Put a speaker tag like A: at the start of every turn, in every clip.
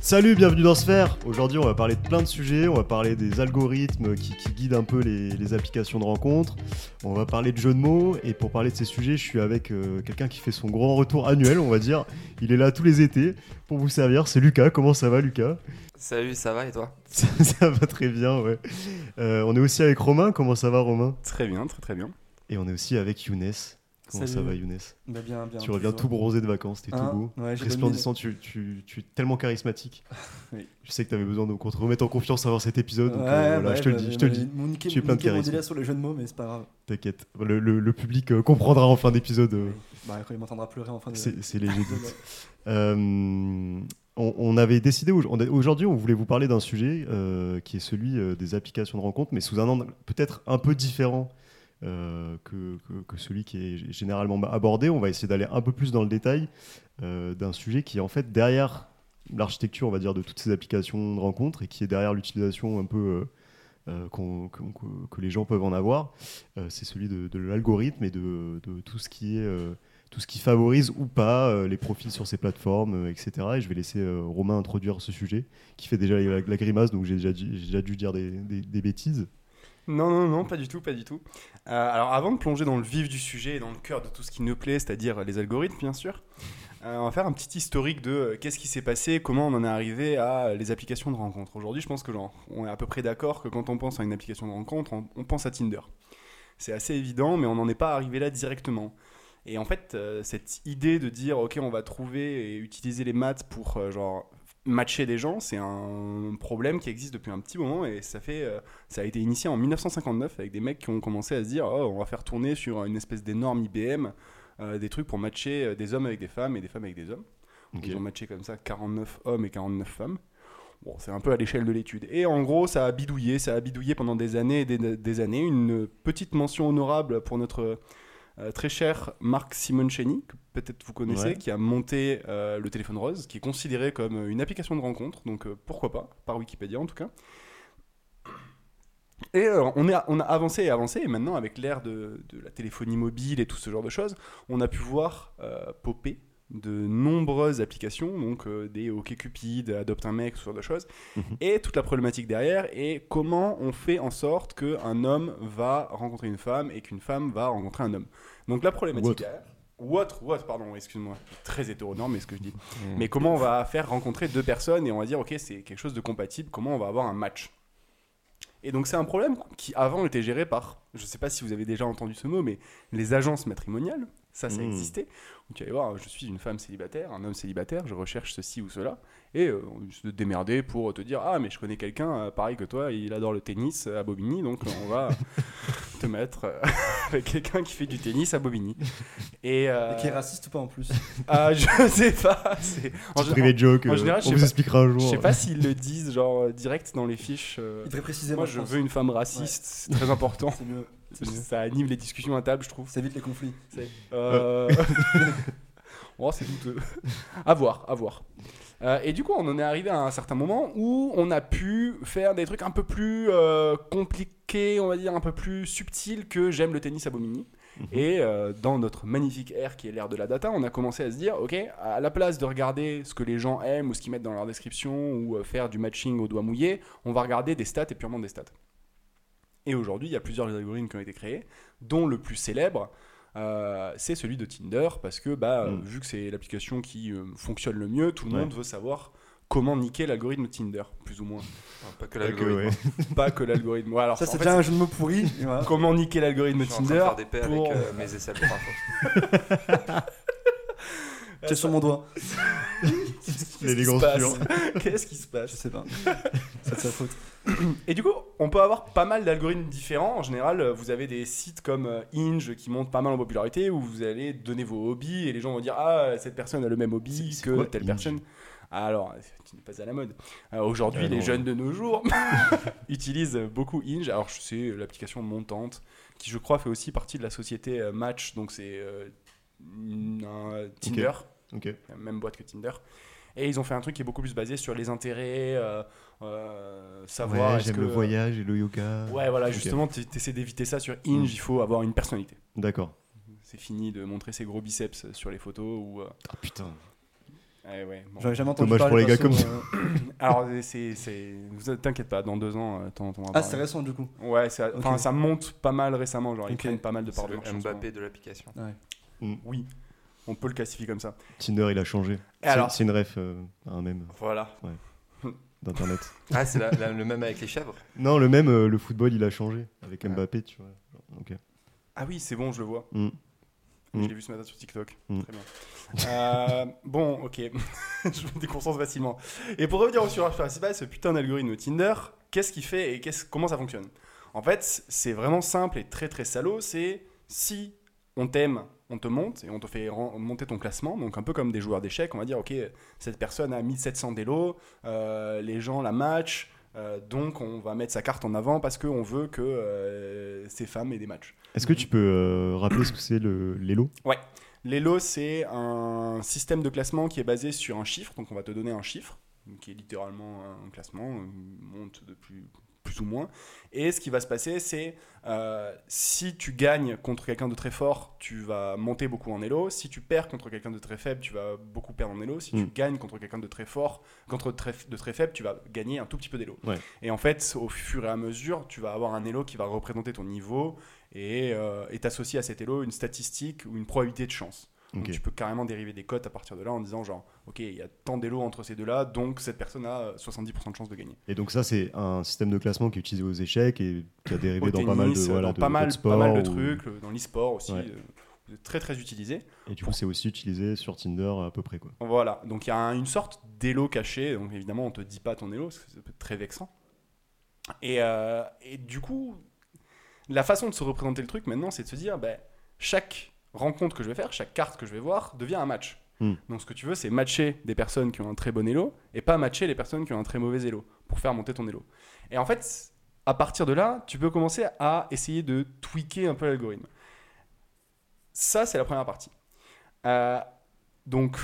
A: Salut, bienvenue dans Sphère. Aujourd'hui, on va parler de plein de sujets. On va parler des algorithmes qui, qui guident un peu les, les applications de rencontres. On va parler de jeux de mots. Et pour parler de ces sujets, je suis avec euh, quelqu'un qui fait son grand retour annuel, on va dire. Il est là tous les étés pour vous servir. C'est Lucas. Comment ça va, Lucas
B: Salut, ça va et toi
A: ça, ça va très bien, ouais. Euh, on est aussi avec Romain. Comment ça va, Romain
C: Très bien, très très bien.
A: Et on est aussi avec Younes. Comment ça
D: Salut.
A: va, Younes
D: Bah bien, bien.
A: Tu reviens
D: toujours.
A: tout bronzé de vacances, t'es
D: Hein
A: tout beau.
D: Ouais, j'ai
A: Resplendissant, tu, tu- tu es tellement charismatique.
D: Oui.
A: Je sais que t'avais besoin de qu'on te remette en confiance avant cet épisode. donc,
D: Ouais,
A: euh, voilà,
D: ouais,
A: je te le
D: bah,
A: dis, je te le
D: bah,
A: dis.
D: Mon nickel,
A: Tu es plein de charisme.
D: sur les jeux de mots, mais c'est pas grave.
A: T'inquiète. Le, le- le public euh, comprendra en fin d'épisode. euh,
D: Bah, quand il m'entendra pleurer en fin de.
A: c'est c'est léger.
D: de-
A: Euh, on, on avait décidé au- on a- aujourd'hui, on voulait vous parler d'un sujet euh, qui est celui euh, des applications de rencontre, mais sous un angle peut-être un peu différent euh, que, que- que celui qui est g- généralement abordé. On va essayer d'aller un peu plus dans le détail euh, d'un sujet qui est en fait derrière l'architecture, on va dire, de toutes ces applications de rencontre et qui est derrière l'utilisation un peu euh, euh, qu'on- qu'on- que- que les gens peuvent en avoir. Euh, c'est celui de, de l'algorithme et de, de tout ce qui est euh, tout ce qui favorise ou pas euh, les profils sur ces plateformes, euh, etc. Et je vais laisser euh, Romain introduire ce sujet, qui fait déjà la, la grimace, donc j'ai déjà, dû- j'ai déjà dû dire des, des- des bêtises.
C: Non, non, non, pas du tout, pas du tout. Euh, alors avant de plonger dans le vif du sujet et dans le cœur de tout ce qui nous plaît, c'est-à-dire les algorithmes bien sûr, euh, on va faire un petit historique de euh, qu'est-ce qui s'est passé, comment on en est arrivé à euh, les applications de rencontre. Aujourd'hui je pense que genre, on est à peu près d'accord que quand on pense à une application de rencontre, on, on pense à Tinder. C'est assez évident, mais on n'en est pas arrivé là directement. Et en fait, euh, cette idée de dire ok on va trouver et utiliser les maths pour euh, genre matcher des gens, c'est un problème qui existe depuis un petit moment et ça fait... euh, ça a été initié en 1959 avec des mecs qui ont commencé à se dire oh, on va faire tourner sur une espèce d'énorme IBM euh, des trucs pour matcher euh, des hommes avec des femmes et des femmes avec des hommes. Donc,
A: Ok.
C: Ils ont matché comme ça 49 hommes et 49 femmes. Bon, c'est un peu à l'échelle de l'étude. Et en gros, ça a bidouillé, ça a bidouillé pendant des années et des, des années. Une petite mention honorable pour notre euh, très cher Marc Simoncini, que peut-être vous connaissez,
A: Ouais.
C: qui a monté euh, le téléphone rose, qui est considéré comme une application de rencontre. Donc euh, pourquoi pas, par Wikipédia en tout cas. Et euh, on, est, on a avancé et avancé, et maintenant, avec l'ère de, de la téléphonie mobile et tout ce genre de choses, on a pu voir euh, popper de nombreuses applications, donc euh, des OkCupid, Adopte un mec, ce genre de choses,
A: Mhm.
C: et toute la problématique derrière, et comment on fait en sorte qu'un homme va rencontrer une femme et qu'une femme va rencontrer un homme. Donc la problématique
A: Ou autre.
C: derrière... Ou autre, ou autre, pardon, excuse-moi, très hétéronorme, mais ce que je dis. Mais comment on va faire rencontrer deux personnes et on va dire, ok, c'est quelque chose de compatible, comment on va avoir un match et donc c'est un problème qui avant était géré par, je ne sais pas si vous avez déjà entendu ce mot, mais les agences matrimoniales, ça ça
A: Mm.
C: existait. Où tu allais voir, je suis une femme célibataire, un homme célibataire, je recherche ceci ou cela, et euh, on se démerder pour te dire, ah mais je connais quelqu'un euh, pareil que toi, il adore le tennis euh, à Bobigny, donc euh, on va te mettre euh, avec quelqu'un qui fait du tennis à Bobigny. Et, euh,
D: Et Qui est raciste ou pas en plus
C: ah, je sais pas, c'est... en
A: Petit
C: gé-
A: privé joke,
C: en
A: euh,
C: général, je
A: on
C: sais
A: vous
C: pas-
A: expliquera un jour.
C: Je sais pas s'ils le disent genre euh, direct dans les fiches. euh,
D: Il devrait préciser
C: moi, je veux une femme raciste, c'est très important.
D: C'est mieux. C'est mieux.
C: Ça anime les discussions à table, je trouve.
D: Ça évite les conflits.
C: Euh... oh, c'est douteux. à voir, à voir. Euh, et du coup, on en est arrivé à un certain moment où on a pu faire des trucs un peu plus euh, compliqués, on va dire un peu plus subtils que j'aime le tennis à Bomini. Et euh, dans notre magnifique ère qui est l'ère de la data, on a commencé à se dire, ok, à la place de regarder ce que les gens aiment ou ce qu'ils mettent dans leur description ou euh, faire du matching au doigt mouillé, on va regarder des stats et purement des stats. Et aujourd'hui, il y a plusieurs algorithmes qui ont été créés, dont le plus célèbre, euh, c'est celui de Tinder, parce que bah,
A: Mm.
C: vu que c'est l'application qui euh, fonctionne le mieux, tout le
A: Ouais.
C: monde veut savoir comment niquer l'algorithme Tinder, plus ou moins.
B: Enfin, Pas que
A: Ouais, que,
B: l'algorithme.
A: ouais.
C: Pas que l'algorithme. Ouais, alors, en
D: Ça, c'est
C: fait,
D: déjà un jeu de mots pourri. et voilà.
C: Comment niquer l'algorithme
B: Je suis en train de
C: Tinder
B: faire des paix
C: pour-
B: avec euh, mes aisselles pour info.
D: J'ai sur mon doigt.
C: Qu'est-ce qui se
A: L'élégance
C: passe Qu'est-ce qui se
D: Je
C: passe
D: sais pas. C'est de sa faute.
C: Et du coup, on peut avoir pas mal d'algorithmes différents. En général, euh, vous avez des sites comme euh, Inge qui montent pas mal en popularité où vous allez donner vos hobbies et les gens vont dire Ah, cette personne a le même hobby
A: C'est- c'est
C: que
A: quoi,
C: telle
A: Hinge
C: personne. Alors, tu n'es pas à la mode. Euh, Aujourd'hui,
A: Ah,
C: les
A: non.
C: jeunes de nos jours utilisent beaucoup Inge. Alors, c'est l'application montante qui, je crois, fait aussi partie de la société euh, Match. Donc, c'est euh, un Tinder
A: Ok.
C: la même boîte que Tinder. Et ils ont fait un truc qui est beaucoup plus basé sur les intérêts, euh, euh, savoir.
A: Ouais,
C: est-ce
A: j'aime
C: que-
A: le voyage et le yoga.
C: Ouais, voilà,
A: Ok.
C: justement, tu essaies d'éviter ça sur Inge,
A: Mm.
C: il faut avoir une personnalité.
A: D'accord.
C: C'est fini de montrer ses gros biceps sur les photos ou. euh,
A: Ah putain.
C: Ouais, ouais, bon.
D: J'avais jamais entendu
A: Dommage pour
D: parler
A: les gars
D: de façon,
C: Ah,
D: euh,
C: Alors, c'est. c'est- vous- T'inquiète pas, dans deux ans, euh, t'en t'en vas
D: Ah,
C: parler.
D: c'est récent du coup.
C: Ouais, ça, enfin,
D: Ok.
C: ça monte pas mal récemment. Genre, ils
D: Ok.
C: prennent pas mal de parts
B: C'est
C: de marché
B: le
C: en ce
B: Mbappé de l'application.
C: moment. Oui, on peut le classifier comme ça.
A: Tinder, il a changé.
C: Et
A: C'est-
C: alors
A: C'est une ref, euh, un même
C: Voilà.
A: d'internet.
B: Ah, c'est la- la- le même avec les chèvres.
A: non, le même, euh, le football, il a changé avec
C: Ah.
A: Mbappé, tu vois. Genre, Ok.
C: Ah oui, c'est bon, je le vois.
A: Mm.
C: Je
A: Mm.
C: l'ai vu ce matin sur TikTok.
A: Mm.
C: Très bien. Euh, bon, ok. je me déconcentre facilement. Et pour revenir au suivage principal, ce putain d'algorithme Tinder, qu'est-ce qu'il fait et qu'est-ce- comment ça fonctionne En fait, c'est vraiment simple et très très salaud. C'est si on t'aime, on te monte et on te fait ren- monter ton classement. Donc un peu comme des joueurs d'échecs, on va dire, ok, cette personne a 1700 d'élo, euh, les gens la matchent, euh, donc on va mettre sa carte en avant parce qu'on veut que euh, ces femmes aient des matchs.
A: Est-ce que tu peux euh, rappeler ce que c'est le- l'élo
C: L'Elo, c'est un système de classement qui est basé sur un chiffre, donc on va te donner un chiffre, qui est littéralement un classement, euh, monte de plus, plus ou moins. Et ce qui va se passer, c'est euh, si tu gagnes contre quelqu'un de très fort, tu vas monter beaucoup en Elo. Si tu perds contre quelqu'un de très faible, tu vas beaucoup perdre en Elo. Si tu
A: Mm.
C: gagnes contre quelqu'un de très fort, contre très- de très faible, tu vas gagner un tout petit peu d'Elo.
A: Ouais.
C: Et en fait, au fur et à mesure, tu vas avoir un Elo qui va représenter ton niveau et euh, est associé à cet Elo une statistique ou une probabilité de chance. Donc
A: Ok.
C: tu peux carrément dériver des cotes à partir de là en disant genre, ok, il y a tant d'élos entre ces deux-là, donc cette personne a euh, 70% de chance de gagner.
A: Et donc ça, c'est un système de classement qui est utilisé aux échecs et qui a dérivé
C: Au
A: dans
C: tennis,
A: pas mal de,
C: euh,
A: voilà,
C: dans
A: de-
C: pas, mal,
A: d'autres sports
C: pas mal de
A: ou-
C: trucs, le- dans l'e-sport aussi,
A: Ouais.
C: euh, très très utilisé.
A: Et du coup, c'est aussi utilisé sur Tinder à peu près quoi.
C: Voilà, donc il y a un- une sorte d'élo caché, donc évidemment on te dit pas ton élo, parce que ça peut être très vexant. Et, euh, et du coup, la façon de se représenter le truc maintenant, c'est de se dire, bah, chaque rencontre que je vais faire, chaque carte que je vais voir devient un match.
A: Hmm.
C: Donc ce que tu veux, c'est matcher des personnes qui ont un très bon élo et pas matcher les personnes qui ont un très mauvais élo pour faire monter ton élo. Et en fait, à partir de là, tu peux commencer à essayer de tweaker un peu l'algorithme. Ça, c'est la première partie. Euh, donc,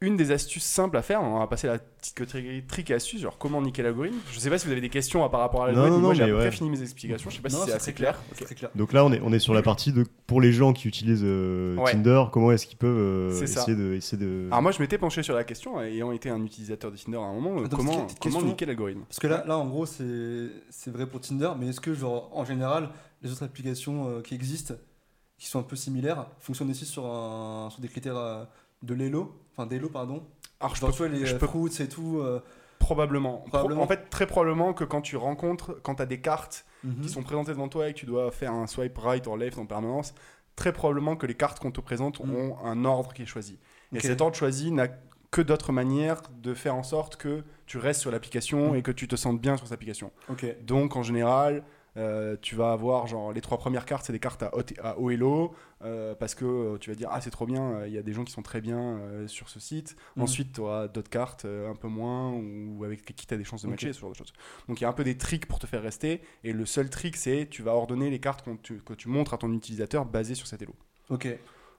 C: une des astuces simples à faire, on va passer à la petite catégorie trick et astuce, genre comment niquer l'algorithme. Je sais pas si vous avez des questions à par rapport à l'algorithme,
A: Non, non,
C: moi
A: non,
C: j'ai à
A: mais
C: peu près
A: ouais.
C: fini mes explications, je sais pas
D: Non,
C: si c'est assez clair.
D: C'est très clair.
A: Donc là, on est, on est sur la partie de pour les gens qui utilisent euh,
C: Ouais.
A: Tinder, comment est-ce qu'ils peuvent euh,
C: C'est ça. Ah.
A: essayer de, essayer de...
C: Alors moi je m'étais penché sur la question, euh, ayant été un utilisateur de Tinder à un moment, euh,
D: Attends,
C: comment,
D: petite
C: comment
D: question.
C: niquer l'algorithme
D: Parce que là, là en gros, c'est c'est vrai pour Tinder, mais est-ce que, genre, en général, les autres applications euh, qui existent, qui sont un peu similaires, fonctionnent aussi sur, un, sur des critères euh, de l'ELO Enfin, d'ELO, pardon.
C: Alors je
D: Genre,
C: pense
D: tu vois, les
C: je
D: euh,
C: peux-
D: fruits et tout. euh,
C: probablement. Pro-
D: Probablement.
C: en fait très probablement que quand tu rencontres, quand tu as des cartes
D: mhm.
C: qui sont présentées devant toi et que tu dois faire un swipe right or left en permanence, très probablement que les cartes qu'on te présente
D: Mhm.
C: ont un ordre qui est choisi. Et
D: Ok.
C: cet ordre choisi n'a que d'autres manières de faire en sorte que tu restes sur l'application
D: Mhm.
C: et que tu te sentes bien sur cette application.
D: Ok.
C: Donc en général, euh, tu vas avoir genre les trois premières cartes, c'est des cartes à haut, à haut elo, euh, parce que euh, tu vas dire ah c'est trop bien, euh, il y a des gens qui sont très bien euh, sur ce site.
D: Mhm.
C: Ensuite, tu auras d'autres cartes euh, un peu moins ou avec qui tu as des chances de
D: Ok.
C: matcher, ce genre de choses. Donc il y a un peu des tricks pour te faire rester, et le seul trick c'est tu vas ordonner les cartes qu'on tu- que tu montres à ton utilisateur basé sur cet elo.
D: Ok.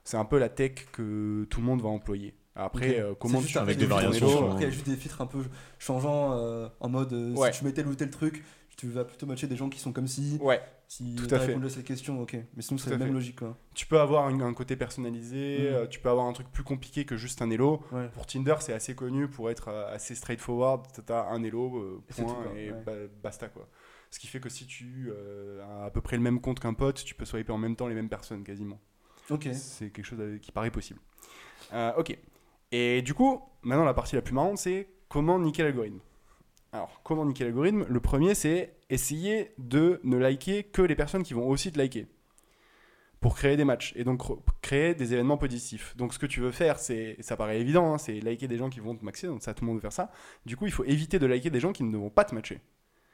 C: C'est un peu la tech que tout le monde va employer. Après,
D: Ok.
C: euh,
D: C'est
C: comment
D: juste
C: tu
D: un-
A: Avec
D: il y
A: des
D: a juste un
A: variations,
D: filtre,
A: sûrement.
D: après, Il y a juste des filtres un peu changeants euh, en mode euh,
C: Ouais.
D: si tu mets tel ou tel truc, tu vas plutôt matcher des gens qui sont comme si.
C: Ouais.
D: Si
C: Tout
D: t'as
C: à fait.
D: répondu à cette question, ok. Mais sinon,
C: Tout
D: c'est
C: à
D: la même
C: fait.
D: logique quoi.
C: tu peux avoir une- un côté personnalisé,
D: Mm.
C: euh, tu peux avoir un truc plus compliqué que juste un elo.
D: Ouais.
C: Pour Tinder, c'est assez connu pour être euh, assez straightforward. T'as un elo, euh,
D: Et c'est
C: point,
D: tout, quoi,
C: et
D: ouais.
C: ba- basta quoi. Ce qui fait que si tu euh, as à peu près le même compte qu'un pote, tu peux swiper en même temps les mêmes personnes quasiment.
D: Ok.
C: C'est quelque chose euh, qui paraît possible. Euh, ok. Et du coup, maintenant la partie la plus marrante, c'est comment niquer l'algorithme. Alors, comment niquer l'algorithme Le premier, c'est essayer de ne liker que les personnes qui vont aussi te liker pour créer des matchs et donc re- créer des événements positifs. Donc, ce que tu veux faire, c'est, ça paraît évident, hein, c'est liker des gens qui vont te maxer, donc ça, tout le monde veut faire ça. Du coup, il faut éviter de liker des gens qui ne vont pas te matcher.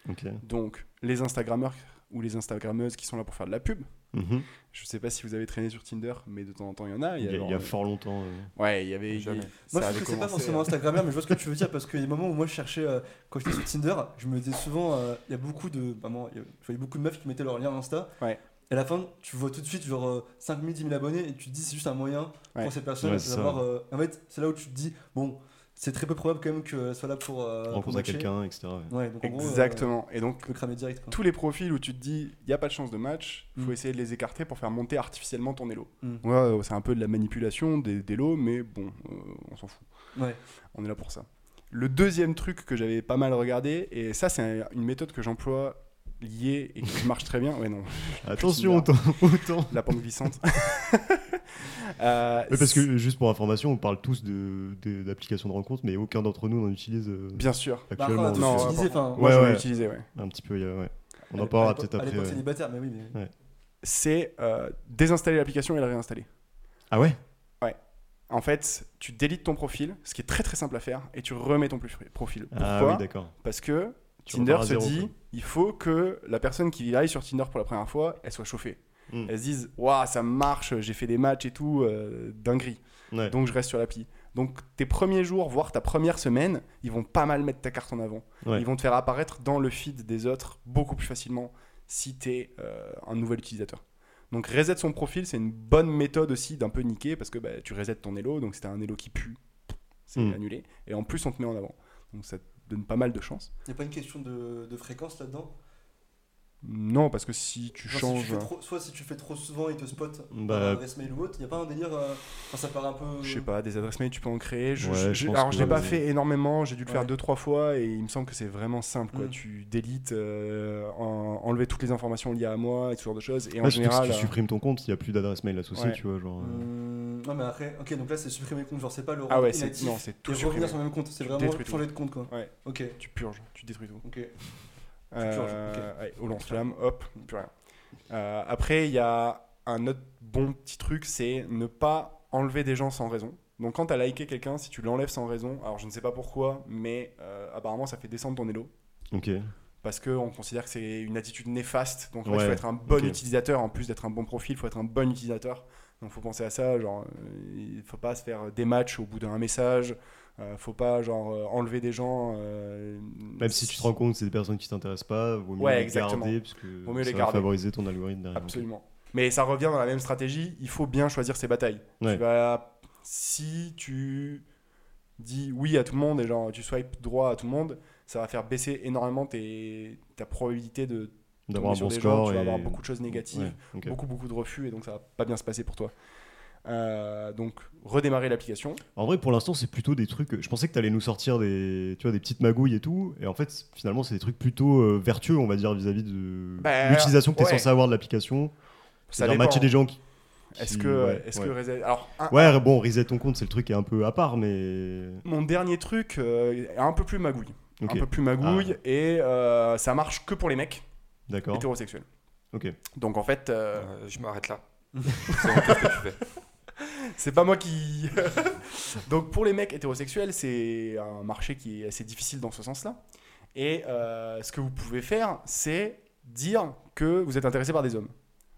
A: Ok.
C: Donc, les Instagrammeurs ou les Instagrammeuses qui sont là pour faire de la pub.
A: Mhm.
C: Je sais pas si vous avez traîné sur Tinder, mais de temps en temps, il y en a.
A: Il, y a,
C: genre,
A: il y a
C: euh,
A: fort longtemps. euh.
C: Ouais, il y avait.
B: Jamais.
C: il- ça
D: Moi,
C: avait
D: je trouve que c'est pas
C: commencé,
D: forcément
C: euh,
D: Instagrammeur, mais je vois ce que tu veux dire parce qu'il y a des moments où moi je cherchais, euh, quand j'étais sur Tinder, je me disais souvent, euh, il y a beaucoup de. bah, moi, il y a- je voyais beaucoup de meufs qui mettaient leur lien Insta.
C: Ouais.
D: Et à la fin, tu vois tout de suite genre euh, 5 000, 10 000 abonnés et tu te dis c'est juste un moyen
C: Ouais.
D: pour cette personne
A: Ouais,
D: de
A: c'est ça.
D: savoir. euh, en fait, c'est là où tu te dis, bon, c'est très peu probable quand même qu'elle soit là pour. euh, pour
A: rencontrer
D: matcher.
A: quelqu'un, etc. ouais.
D: Ouais, donc en gros, euh,
C: Exactement. Et donc,
D: tu peux cramer direct. Quoi.
C: tous les profils où tu te dis, il n'y a pas de chance de match, il faut
D: Mm.
C: essayer de les écarter pour faire monter artificiellement ton elo.
D: Mm.
C: Ouais, ouais, c'est un peu de la manipulation des, des lots, mais bon, euh, on s'en fout.
D: Ouais. Bah,
C: On est là pour ça. Le deuxième truc que j'avais pas mal regardé, et ça, c'est un- une méthode que j'emploie liée et qui marche très bien. Ouais, non,
A: Attention, autant. autant.
C: la pente glissante. Euh,
A: Oui, parce que juste pour information, on parle tous de- de- d'applications de, rencontres, mais aucun d'entre nous n'en utilise euh,
C: Bien sûr.
D: Bah, après, on a
A: actuellement.
D: tous
C: Non,
D: utilisé, enfin,
C: Moi,
A: Ouais,
C: j'en ai
A: ouais.
C: utilisé, ouais.
A: Un petit peu, euh, ouais. On
D: à
A: en
D: l'époque-
A: parlera peut-être
D: À
A: après.
D: l'époque
A: ouais.
D: célibataire, mais oui. mais-
C: C'est euh, désinstaller l'application et la réinstaller.
A: Ah ouais
C: En fait, tu délites ton profil, ce qui est très très simple à faire, et tu remets ton plus- profil. Pourquoi
A: Ah oui, d'accord.
C: Parce que
A: Tu
C: Tinder
A: repars à
C: se
A: zéro,
C: dit,
A: quoi.
C: il faut que la personne qui aille sur Tinder pour la première fois, elle soit chauffée.
A: Mm.
C: Elle se dise, waouh, ça marche, j'ai fait des matchs et tout, euh, dinguerie.
A: Ouais.
C: Donc je reste sur l'appli. Donc tes premiers jours, voire ta première semaine, ils vont pas mal mettre ta carte en avant.
A: Ouais.
C: Ils vont te faire apparaître dans le feed des autres beaucoup plus facilement si t'es euh, un nouvel utilisateur. Donc reset son profil, c'est une bonne méthode aussi d'un peu niqué parce que bah, tu resets ton Elo, donc c'était un Elo qui pue, c'est
A: Mm.
C: annulé. Et en plus on te met en avant. Donc ça te donne pas mal de chance.
D: Il n'y a pas une question de, de fréquence là-dedans
C: Non, parce que si tu
D: Genre, si tu
C: changes... euh, hein.
D: fais trop- Soit si tu fais trop souvent, il te spot
A: Bah.
D: par adresse mail ou autre. Il n'y a pas un délire. euh, Enfin, ça paraît un peu.
C: Je sais pas, des adresses mail, tu peux en créer. Je,
A: Ouais,
C: je-
A: je
C: je-
A: pense
C: alors, je l'ai
A: que-
C: pas fait énormément, j'ai dû le faire
D: Ouais.
C: deux, trois fois et il me semble que c'est vraiment simple. Quoi.
D: Mm.
C: Tu délites, euh, en- enlever toutes les informations liées à moi et ce genre de choses. Et en
A: Ouais, surtout que
C: général,
A: si tu
C: euh,
A: supprimes ton compte, il n'y a plus d'adresse mail associée,
C: Ouais.
A: tu vois. Genre, euh,
D: Hum, Non, mais après, ok, donc là c'est supprimer compte, genre c'est pas le
C: ah
D: rendre
C: ouais, c'est,
D: inactif
C: non, c'est
D: et
C: tout supprimé.
D: revenir sur le même compte, c'est
C: Tu
D: vraiment
C: détruis
D: changer
C: tout.
D: de compte quoi.
C: Ouais.
D: Ok,
C: Tu purges, tu détruis tout.
D: ok.
C: Euh, ouais, au lance-flamme, hop,
D: Mm.
C: plus rien. Euh, après, il y a un autre bon petit truc, c'est ne pas enlever des gens sans raison. Donc quand t'as liké quelqu'un, si tu l'enlèves sans raison, alors je ne sais pas pourquoi, mais euh, apparemment ça fait descendre ton elo.
A: Ok.
C: parce qu'on considère que c'est une attitude néfaste. Donc en fait, il
A: Ouais,
C: faut être un bon
A: ok.
C: utilisateur, en plus d'être un bon profil, il faut être un bon utilisateur. Donc faut penser à ça, genre euh, il faut pas se faire des matchs au bout d'un message, euh, faut pas genre euh, enlever des gens. euh,
A: Même si tu te rends compte que c'est des personnes qui t'intéressent pas, vaut mieux
C: Ouais,
A: les
C: exactement.
A: garder parce que
C: Vaut mieux
A: ça
C: les
A: va
C: garder.
A: favoriser ton algorithme derrière.
C: Absolument. Mais ça revient dans la même stratégie, il faut bien choisir ses batailles.
A: Ouais.
C: Tu vas, si tu dis oui à tout le monde et genre tu swipes droit à tout le monde, ça va faire baisser énormément tes, ta probabilité de
A: Ok. D'avoir un
C: tomber sur
A: bon
C: des
A: score
C: gens, tu
A: et
C: vas avoir beaucoup de choses négatives.
A: Ouais, ok.
C: beaucoup beaucoup de refus et donc ça va pas bien se passer pour toi. Euh, donc redémarrer l'application.
A: En vrai, pour l'instant, c'est plutôt des trucs. Je pensais que t'allais nous sortir des, tu vois, des petites magouilles et tout, et en fait, finalement, c'est des trucs plutôt euh, vertueux, on va dire, vis-à-vis de
C: Bah,
A: l'utilisation que t'es
C: ouais.
A: censé avoir de l'application.
C: Ça
A: C'est-à-dire
C: dépend. Ah,
A: matcher des gens qui.
C: Est-ce
A: qui-
C: que
A: ouais,
C: est-ce
A: ouais.
C: que réserve- alors un-
A: Ouais, bon, reset ton compte, c'est le truc qui est un peu à part, mais.
C: mon dernier truc euh, est un peu plus magouille,
A: Ok, Ah.
C: un peu plus magouille et euh, ça marche que pour les mecs
A: d'accord.
C: hétérosexuels.
A: Ok.
C: Donc en fait euh,
B: Euh, je m'arrête là. C'est honteux ce que tu fais.
C: c'est pas moi qui donc pour les mecs hétérosexuels c'est un marché qui est assez difficile dans ce sens-là et euh, ce que vous pouvez faire c'est dire que vous êtes intéressé par des hommes.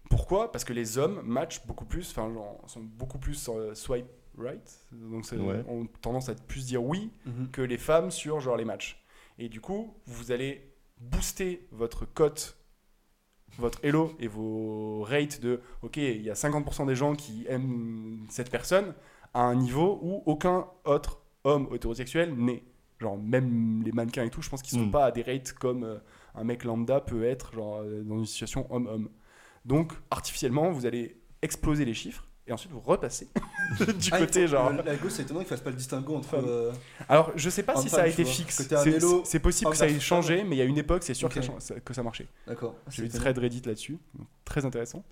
C: Pourquoi Parce que les hommes matchent beaucoup plus, enfin, genre, sont beaucoup plus sur le swipe right, donc c'est-
A: Ouais.
C: ont tendance à plus dire oui
D: Mhm.
C: que les femmes sur genre les matchs. Et du coup, vous allez booster votre cote, votre hello et vos rates de OK, il y a 50% des gens qui aiment cette personne à un niveau où aucun autre homme hétérosexuel n'est. Genre, même les mannequins et tout, je pense qu'ils
D: Mhm.
C: sont
A: Mm.
C: pas à des rates comme euh, un mec lambda peut être genre, euh, dans une situation homme-homme. Donc, artificiellement, vous allez exploser les chiffres et ensuite vous repassez du
D: Ah, il
C: côté,
D: faut-
C: genre.
D: le- La gauche, c'est étonnant qu'il fasse pas le distinguo entre.
C: Femme.
D: euh,
C: Alors, je sais pas
D: En
C: si
D: femme,
C: ça a
D: tu
C: été
D: vois,
C: fixe.
D: que t'es un
C: C'est-
D: vélo,
C: c'est possible
D: homme
C: que ça ait
D: versus
C: changé,
D: femme.
C: mais il y a une époque, c'est sûr que,
D: Ok.
C: ça, chan- que ça marchait.
D: D'accord. Ah,
C: J'ai
D: C'est
C: vu des threads Reddit là-dessus, donc très intéressant.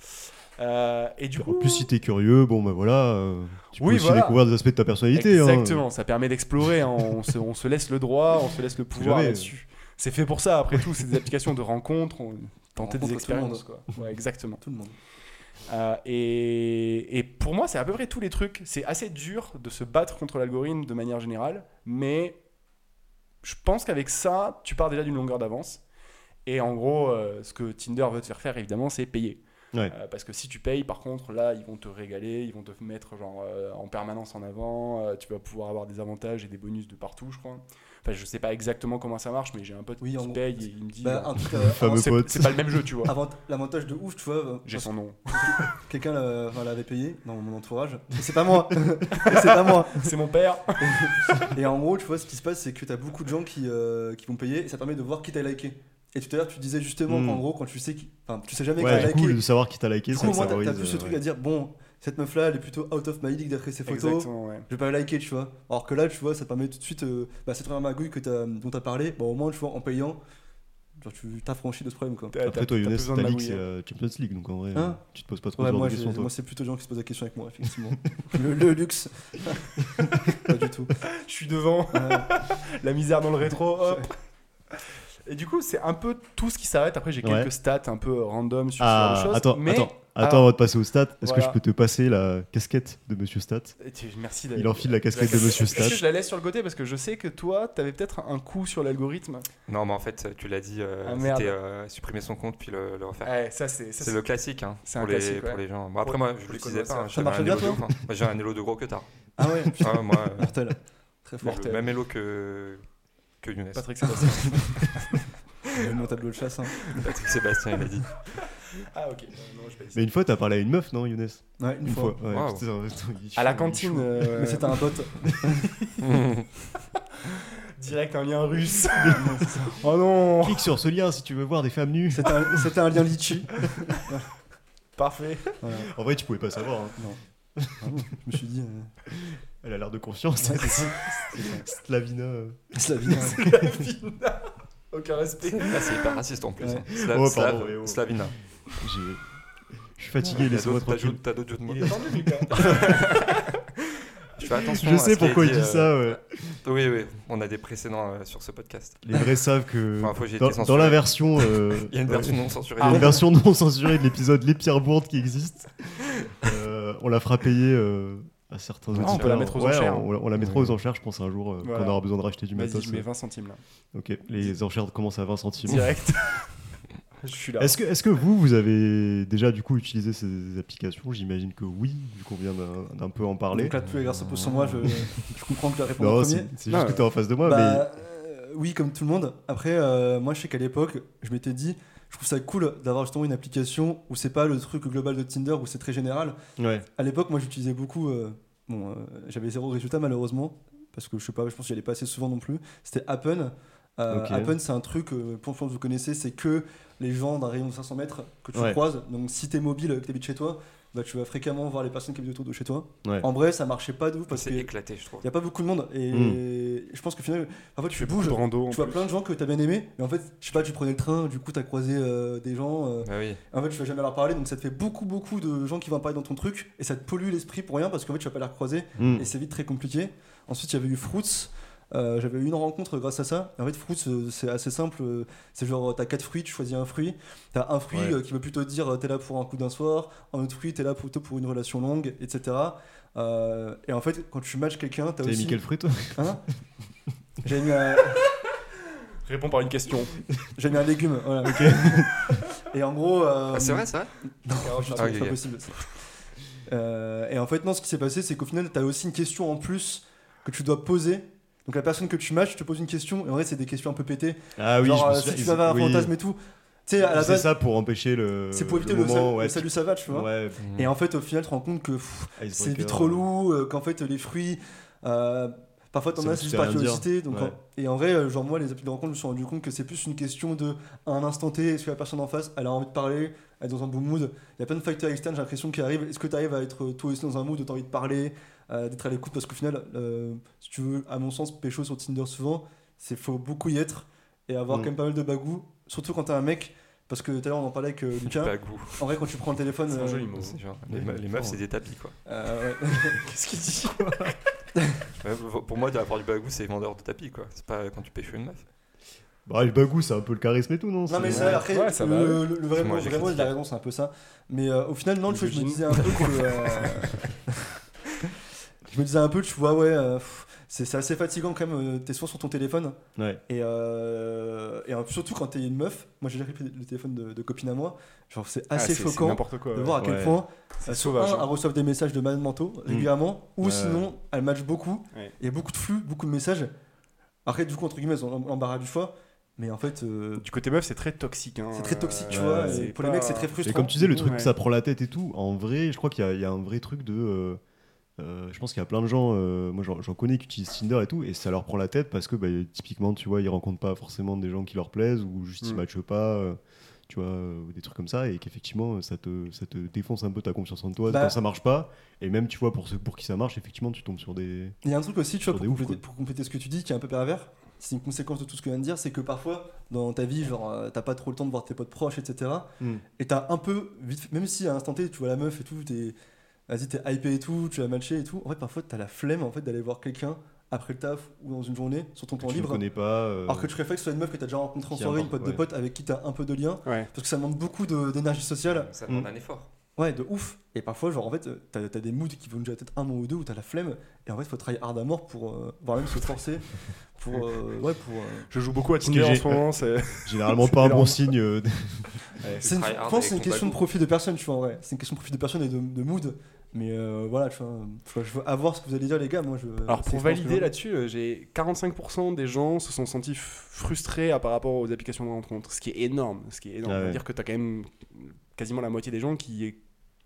C: Euh, et du coup,
A: En plus, si t'es curieux, bon, bah voilà, euh, tu peux
C: Oui,
A: aussi
C: voilà.
A: découvrir des aspects de ta personnalité. hein.
C: exactement, ça permet d'explorer. hein, on, se, on se laisse le droit, on se laisse le pouvoir
A: jamais.
C: là-dessus. C'est fait pour ça. Après tout, c'est des applications de rencontres, on- tenter
D: Rencontre tout
C: des
D: le
C: expériences,
D: monde.
C: quoi. Ouais, exactement.
D: Tout le monde.
C: Euh, et, et pour moi, c'est à peu près tous les trucs. C'est assez dur de se battre contre l'algorithme de manière générale, mais je pense qu'avec ça, tu pars déjà d'une longueur d'avance. Et en gros, euh, ce que Tinder veut te faire faire, évidemment, c'est payer.
A: Ouais.
C: Euh, parce que si tu payes, par contre, là, ils vont te régaler, ils vont te mettre genre, euh, en permanence en avant, euh, tu vas pouvoir avoir des avantages et des bonus de partout, je crois. Enfin, je sais pas exactement comment ça marche, mais j'ai un pote
D: Oui, en
C: qui
D: gros,
C: paye et il me dit,
D: Bah,
C: genre,
D: un truc. euh,
A: fameux
C: c'est
A: pote.
C: c'est pas le même jeu, tu vois.
D: avant- L'avantage de ouf, tu vois. euh,
C: J'ai son nom.
D: Quelqu'un l'a- enfin, l'avait payé dans mon entourage. Et C'est pas moi. Et c'est pas moi.
C: C'est mon père.
D: Et en gros, tu vois, ce qui se passe, c'est que t'as beaucoup de gens qui, euh, qui vont payer et ça permet de voir qui t'a liké. Et tout à l'heure, tu disais justement
A: Mm.
D: qu'en gros, quand tu sais qui. Enfin, tu sais jamais qui
A: Ouais,
D: t'a
A: du coup,
D: liké.
A: de savoir qui t'a liké,
D: Du
A: ça
D: coup, au moins, t'as
A: favorise.
D: t'as plus ce
A: euh,
D: truc
A: ouais.
D: à dire, bon, cette meuf là elle est plutôt out of my league d'après ses photos
C: Exactement, ouais.
D: je vais pas liker, tu vois. Alors que là, tu vois, ça te permet tout de suite, euh, bah, cette première magouille que t'as- dont tu as parlé, bah, au moins, tu vois, en payant, genre, tu t'affranchis de ce problème, quoi.
C: T'as-
A: Après
C: t'as-
A: toi,
C: t'as
A: Younes,
C: plus besoin
A: ta
C: de
A: ligue,
C: magouiller.
A: c'est la Champions League, donc en vrai,
D: Hein
A: euh, tu te poses pas trop
D: Ouais,
A: ce genre
D: moi,
A: de
D: j'ai-
A: questions, toi.
D: moi, c'est plutôt les gens qui se posent la question avec moi, effectivement. le, le luxe. pas du tout.
A: euh,
C: Je suis devant,
D: Ouais.
C: la misère dans le rétro, hop. Et du coup, c'est un peu tout ce qui s'arrête. Après, j'ai
A: Ouais.
C: quelques stats un peu random sur
A: Ah,
C: sur les choses.
A: attends,
C: mais...
A: attends,
C: Ah.
A: attends, avant de passer au stat, est-ce que
C: Voilà.
A: je peux te passer la casquette de Monsieur Stat
C: Et tu- Merci
A: Il enfile la casquette de Monsieur
C: Est-ce que
A: Stat.
C: je la laisse sur le côté parce que je sais que toi, t'avais peut-être un coup sur l'algorithme.
B: Non, mais en fait, tu l'as dit, euh,
C: Ah, merde.
B: c'était euh, supprimer son compte puis le, le refaire.
C: Ouais, ça c'est. ça,
B: Ah, c'est le classique hein,
C: c'est
B: pour,
C: un
B: les,
C: classique,
B: pour
C: ouais.
B: les gens. Bon, après,
C: Pour-
B: moi,
C: pour
B: je
C: les
B: l'utilisais pas.
C: connaisseurs.
B: hein,
D: Ça
B: j'avais
D: marchait
B: un
D: bien,
B: élo de ouf, hein. Moi, J'ai un élo de gros que tard.
D: Ah ouais, putain,
B: Ah, moi, euh,
D: mortel. Très fort.
B: le
C: Mortel.
B: même élo que, que Younes.
C: Patrick Sébastien.
D: Même mon tableau de chasse. hein.
B: Patrick Sébastien, il a dit.
C: ah ok. Euh, non, je vais essayer.
A: Mais une fois, t'as parlé à une meuf, non, Younes
D: Ouais, une,
A: Une
D: fois.
A: fois. ouais,
B: Wow.
A: putain, attends, il est
C: À la
A: chaud,
C: cantine,
A: il est chaud.
C: euh,
D: Mais c'était un pote.
C: direct un lien russe. oh non
A: Clique sur ce lien si tu veux voir des femmes nues.
D: C'était un, c'était un lien litchi.
C: Parfait.
D: Voilà.
A: En vrai, tu pouvais pas savoir. hein.
D: Vraiment, je me suis dit. euh,
A: Elle a l'air de conscience.
D: ouais, c'est ça.
A: Slavina. euh.
D: C'est la vie. hein.
C: Slavina. Aucun respect.
B: Là, Ah, c'est hyper raciste en plus.
D: Ouais.
B: hein. Slav,
A: Oh, pardon,
B: Slav-
A: ouais, oh.
B: Slavina.
A: J'ai- Je suis fatigué,
B: T'as
A: laissez-moi
B: d'autres- t'as
A: tranquille.
B: d'autres- T'as d'autres jeux de mots.
C: Il est tendu Lucas.
B: Je fais attention.
A: Je
B: à
A: sais
B: ce qui est
A: pourquoi il
B: dit,
A: dit
B: euh,
A: ça, ouais.
B: Oui, oui, on a des précédents euh, sur ce podcast.
A: Les vrais savent que
B: Enfin, fois, j'ai été
A: Euh, dans,
B: censuré.
A: dans la version, euh,
B: Il y a une
A: ouais,
B: version non censurée.
A: il y a une version Ah, non censurée de l'épisode Les Pierres Bourdes qui existe, euh, on la fera payer euh, à certains
B: Ah, on
A: auditeurs.
B: peut la
C: mettre aux
A: Ouais,
C: enchères, hein.
A: On, la- on la mettra
B: Ouais.
A: aux enchères, je pense, un jour, euh,
C: Voilà.
A: qu'on aura besoin de racheter du
C: Vas-y,
A: matos.
C: je mets
A: euh.
C: 20 centimes là.
A: Ok, les enchères commencent à 20 centimes.
C: Direct. je suis là.
A: Est-ce que, est-ce que vous, vous avez déjà du coup utilisé ces applications J'imagine que oui, vu qu'on vient d'un- d'un peu en parler.
D: Donc là, tout est grâce au sur moi. Je, je comprends que tu as répondu en
A: non,
D: premier.
A: c'est c'est juste
C: Non,
A: que t'es en face de moi,
D: Bah, euh, oui, comme tout le monde. Après, euh, moi, je sais qu'à l'époque, je m'étais dit, je trouve ça cool d'avoir justement une application où c'est pas le truc global de Tinder où c'est très général.
A: mais ouais.
D: À l'époque, moi, j'utilisais beaucoup. euh, bon, euh, j'avais zéro résultat malheureusement parce que je sais pas, je pense que j'y allais pas assez souvent non plus. C'était Appen. Euh,
A: Ok.
D: Appen, c'est un truc, euh, pour que vous connaissez, c'est que les gens d'un rayon de 500 mètres que tu
A: Ouais.
D: croises. Donc, si t'es mobile, que t'habites chez toi, bah, tu vas fréquemment voir les personnes qui habitent autour de chez toi.
A: Ouais.
D: En vrai, ça marchait pas de ouf parce
B: C'est
D: qu'il y
B: éclaté, je trouve.
D: a pas beaucoup de monde et
A: Hmm.
D: je pense que finalement, parfois tu, bouges.
C: rando. en
D: Tu vois
C: plus.
D: plein de gens que t'as bien aimé, mais en fait, je sais pas, tu prenais le train, du coup t'as croisé euh, des gens, euh,
B: Ah oui.
D: en fait tu vas jamais leur parler, donc ça te fait beaucoup beaucoup de gens qui vont parler dans ton truc, et ça te pollue l'esprit pour rien parce qu'en fait tu vas pas les recroiser,
A: Hmm.
D: et c'est vite très compliqué. Ensuite il y avait eu Fruits, euh, j'avais eu une rencontre grâce à ça, et en fait Fruits euh, c'est assez simple, euh, c'est genre euh, t'as quatre fruits, tu choisis un fruit, t'as un fruit
A: Ouais.
D: euh, qui veut plutôt dire euh, t'es là pour un coup d'un soir, un autre fruit t'es là plutôt pour une relation longue, etc. Euh, et en fait quand tu matches quelqu'un, t'as
A: T'as
D: aussi...
A: mis quel fruit, toi
D: Hein J'ai mis un-
C: Réponds par une question.
D: J'ai mis un légume, voilà. et en gros. euh,
B: Ah, c'est vrai, ça
D: Non, putain,
B: Ah, ok,
D: c'est pas
B: ok.
D: possible. Euh, et en fait, non, ce qui s'est passé, c'est qu'au final, t'as aussi une question en plus que tu dois poser. Donc la personne que tu matches te pose une question, et en vrai, c'est des questions un peu pétées.
A: Ah oui,
D: Genre,
A: je me
D: euh,
A: souviens,
D: si tu
A: ils-
D: vas vers un
A: oui.
D: fantasme et tout. Tu sais, à la
A: C'est
D: base,
A: ça pour empêcher le.
D: c'est pour éviter le,
A: moment,
D: sal-
A: ouais,
D: le salut ça va, tu vois.
A: Ouais,
D: Et en fait, au final, tu te rends compte que pff, c'est
A: icebreaker,
D: vite relou, euh, qu'en fait, les fruits. euh, Parfois, t'en
A: Ça
D: as,
A: veut
D: c'est
A: tout
D: juste
A: à
D: par
A: rien dire.
D: curiosité. Donc,
A: Ouais.
D: en- Et en vrai, euh, genre, moi, les applis de rencontre, je me suis rendu compte que c'est plus une question de à un instant T, est-ce que la personne en face, elle a envie de parler, elle est dans un bon mood. Il y a plein de facteurs externes, j'ai l'impression, qui arrivent. Est-ce que tu arrives à être euh, toi aussi dans un mood où tu envie de parler, euh, d'être à l'écoute Parce qu'au final, euh, si tu veux, à mon sens, pécho sur Tinder souvent, c'est faut beaucoup y être et avoir
A: Mm.
D: quand même pas mal de bagou, surtout quand t'es un mec. Parce que tout à l'heure, on en parlait avec euh, Lucas.
B: Pas goût.
D: En vrai, quand tu prends le téléphone.
C: C'est un
D: euh,
C: joli mot. hein.
B: C'est genre, Les,
A: Ouais,
B: me- les meufs,
A: fort. hein.
B: c'est des tapis, quoi.
D: euh, ouais.
C: Qu'est-ce qu'il dit
B: Ouais, pour- pour moi, avoir du bagou, c'est vendeur de tapis, quoi. C'est pas quand tu pêches une meuf.
A: Bah, le bagou, c'est un peu le charisme et tout, non
D: Non mais
A: C'est-
D: ça, après,
C: Ouais, ça
D: le,
C: va,
D: le- le vrai mot,
B: Moi, j'ai
D: vraiment, il
B: critiqué.
D: a raison, c'est un peu ça. Mais euh, au final, non, tu vois, je me
C: Misogyne.
D: disais un peu que... euh, je me disais un peu, tu vois, ouais, euh, pff, c'est c'est assez fatigant quand même, euh, t'es souvent sur ton téléphone.
A: Ouais.
D: Et, euh, et euh, surtout quand t'es une meuf, moi j'ai déjà pris le téléphone de, de copine à moi, genre c'est
C: Ah,
D: assez
C: c'est- c'est
D: choquant
C: N'importe quoi.
D: de
C: ouais.
D: voir à quel
A: Ouais.
D: point
C: C'est
D: elles
C: sauvage.
D: sont, un,
C: hein. Mm.
D: elles reçoivent des messages de malades mentaux régulièrement, ou
A: Ouais.
D: sinon elles matchent beaucoup,
C: Ouais.
D: il y a beaucoup de flux, beaucoup de messages. Après, du coup, entre guillemets, elles ont l'embarras du choix, mais en fait... euh,
C: Du côté meuf, ah. c'est très toxique. hein.
D: c'est très toxique, tu
A: Ouais,
D: vois.
A: c'est
D: et pour les mecs, c'est très frustrant.
A: Et comme tu disais, le truc,
C: Ouais.
A: ça prend la tête et tout. En vrai, je crois qu'il y, a- il y a un vrai truc de. euh, euh, je pense qu'il y a plein de gens, euh, moi j'en j'en connais qui utilisent Tinder et tout, et ça leur prend la tête parce que bah, typiquement, tu vois, ils rencontrent pas forcément des gens qui leur plaisent ou juste ils
C: Mm.
A: matchent pas. euh, tu vois, euh, des trucs comme ça, et qu'effectivement, ça te, ça te défonce un peu ta confiance en toi
D: Bah.
A: quand ça marche pas. Et même, tu vois, pour ceux pour qui ça marche, effectivement, tu tombes sur des.
D: Il y a un truc aussi, tu vois,
A: Sur
D: pour,
A: des ouf,
D: compléter, pour compléter ce que tu dis, qui est un peu pervers, c'est une conséquence de tout ce que je viens de dire, c'est que parfois, dans ta vie, genre, euh, t'as pas trop le temps de voir tes potes proches, etc.
A: Mm.
D: Et t'as un peu, vite, fait- même si à l'instant T, tu vois la meuf et tout, t'es, vas-y, t'es hypé et tout, tu as matché et tout, en fait, parfois, t'as la flemme, en fait, d'aller voir quelqu'un après le taf ou dans une journée, sur ton temps
A: Tu ne
D: libre.
A: connais pas. euh,
D: Alors que tu réflexes sur une meuf que t'as déjà rencontrée en
A: Qui
D: soirée,
A: importe,
D: une pote de
A: ouais.
D: pote avec qui t'as un peu de lien,
C: Ouais.
D: parce que ça demande beaucoup de- d'énergie sociale.
B: Ça demande
A: Mm.
B: un effort.
D: Ouais, de ouf. Et parfois, genre, en fait, euh, t'as t'as des moods qui vont déjà peut-être un mois ou deux où t'as la flemme. Et en fait, faut travailler hard à mort pour, euh, voire même se forcer. Pour, euh, ouais, pour. euh,
C: Je joue beaucoup à
A: Parce que
C: Tinder en
A: j'ai-
C: ce moment. c'est-
A: Généralement, pas un bon
C: énorme.
A: signe. euh,
D: C'est une,
B: travailles
D: je
B: hard avec
D: pense que c'est une
B: ton
D: question de
B: bagou.
D: profil de personne, tu vois, en vrai. C'est une question de profil de personne et de, de mood. Mais euh, voilà, tu vois, faut- je veux avoir ce que vous allez dire, les gars. Moi, je.
C: Alors
D: c'est
C: pour
D: je pense que
C: valider
D: je-
C: là-dessus, euh, j'ai 45% des gens se sont sentis f- frustrés à- par rapport aux applications de rencontre, ce qui est énorme, ce qui est énorme.
A: Ah ouais.
C: C'est-à-dire que t'as quand même quasiment la moitié des gens qui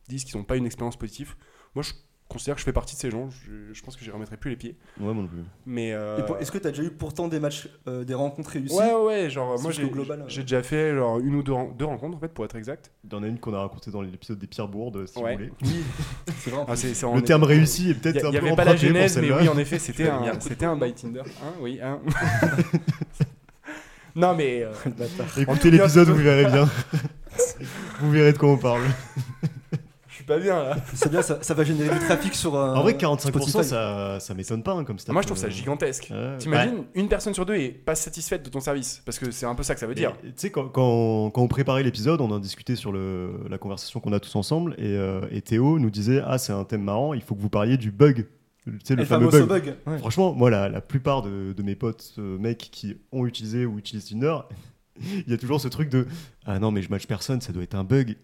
C: disent qu'ils n'ont pas une expérience positive. Moi, je considère que je fais partie de ces gens. Je, je pense que j'y remettrai plus les pieds.
A: Ouais, moi non plus.
C: Mais euh,
D: Et pour- Est-ce que t'as déjà eu pourtant des matchs, euh, des rencontres réussies
C: ouais, ouais, ouais, genre
D: C'est
C: moi
D: juste
C: j'ai
D: au global, euh.
C: j'ai déjà fait genre une ou deux, ren- deux rencontres en fait pour être exact.
A: Il y en a une qu'on a racontée dans l'épisode des Pierres Bourdes, si
C: Ouais.
A: vous voulez.
D: Oui, c'est vrai. en
C: Ah,
D: plus.
C: c'est- c'est en-
A: Le terme réussi est
C: Il
A: peut-être
C: n'y
A: un peu
C: avait pas la
A: emprunté pour
C: genèse, mais
A: celle-là.
C: oui, en effet, c'était
B: Tu l'as mis un
C: un,
B: coup de
C: c'était un by Tinder. Hein, oui, hein. non, mais euh,
D: Quel bâtard.
A: Écoutez l'épisode, vous verrez bien. vous verrez de quoi on parle.
D: Euh,
C: je suis pas bien là.
D: c'est bien, ça, ça va générer du trafic sur. euh,
A: En vrai, 45%,
D: Spotify.
A: ça, ça m'étonne pas hein, comme stat.
C: Moi, je trouve ça
A: euh,
C: gigantesque.
A: ouais.
C: T'imagines, une personne sur deux est pas satisfaite de ton service Parce que c'est un peu ça que ça veut dire.
A: Et, Tu sais, quand, quand, quand on préparait l'épisode, on en discutait sur le, la conversation qu'on a tous ensemble, et, euh, et Théo nous disait Ah, c'est un thème marrant, il faut que vous parliez du bug. Tu sais, le
D: El
A: fameux
D: famoso
A: bug.
D: bug. Ouais.
A: Franchement, moi, la, la plupart de, de mes potes euh, mecs qui ont utilisé ou utilisent Tinder, il y a toujours ce truc de Ah non, mais je match personne, ça doit être un bug.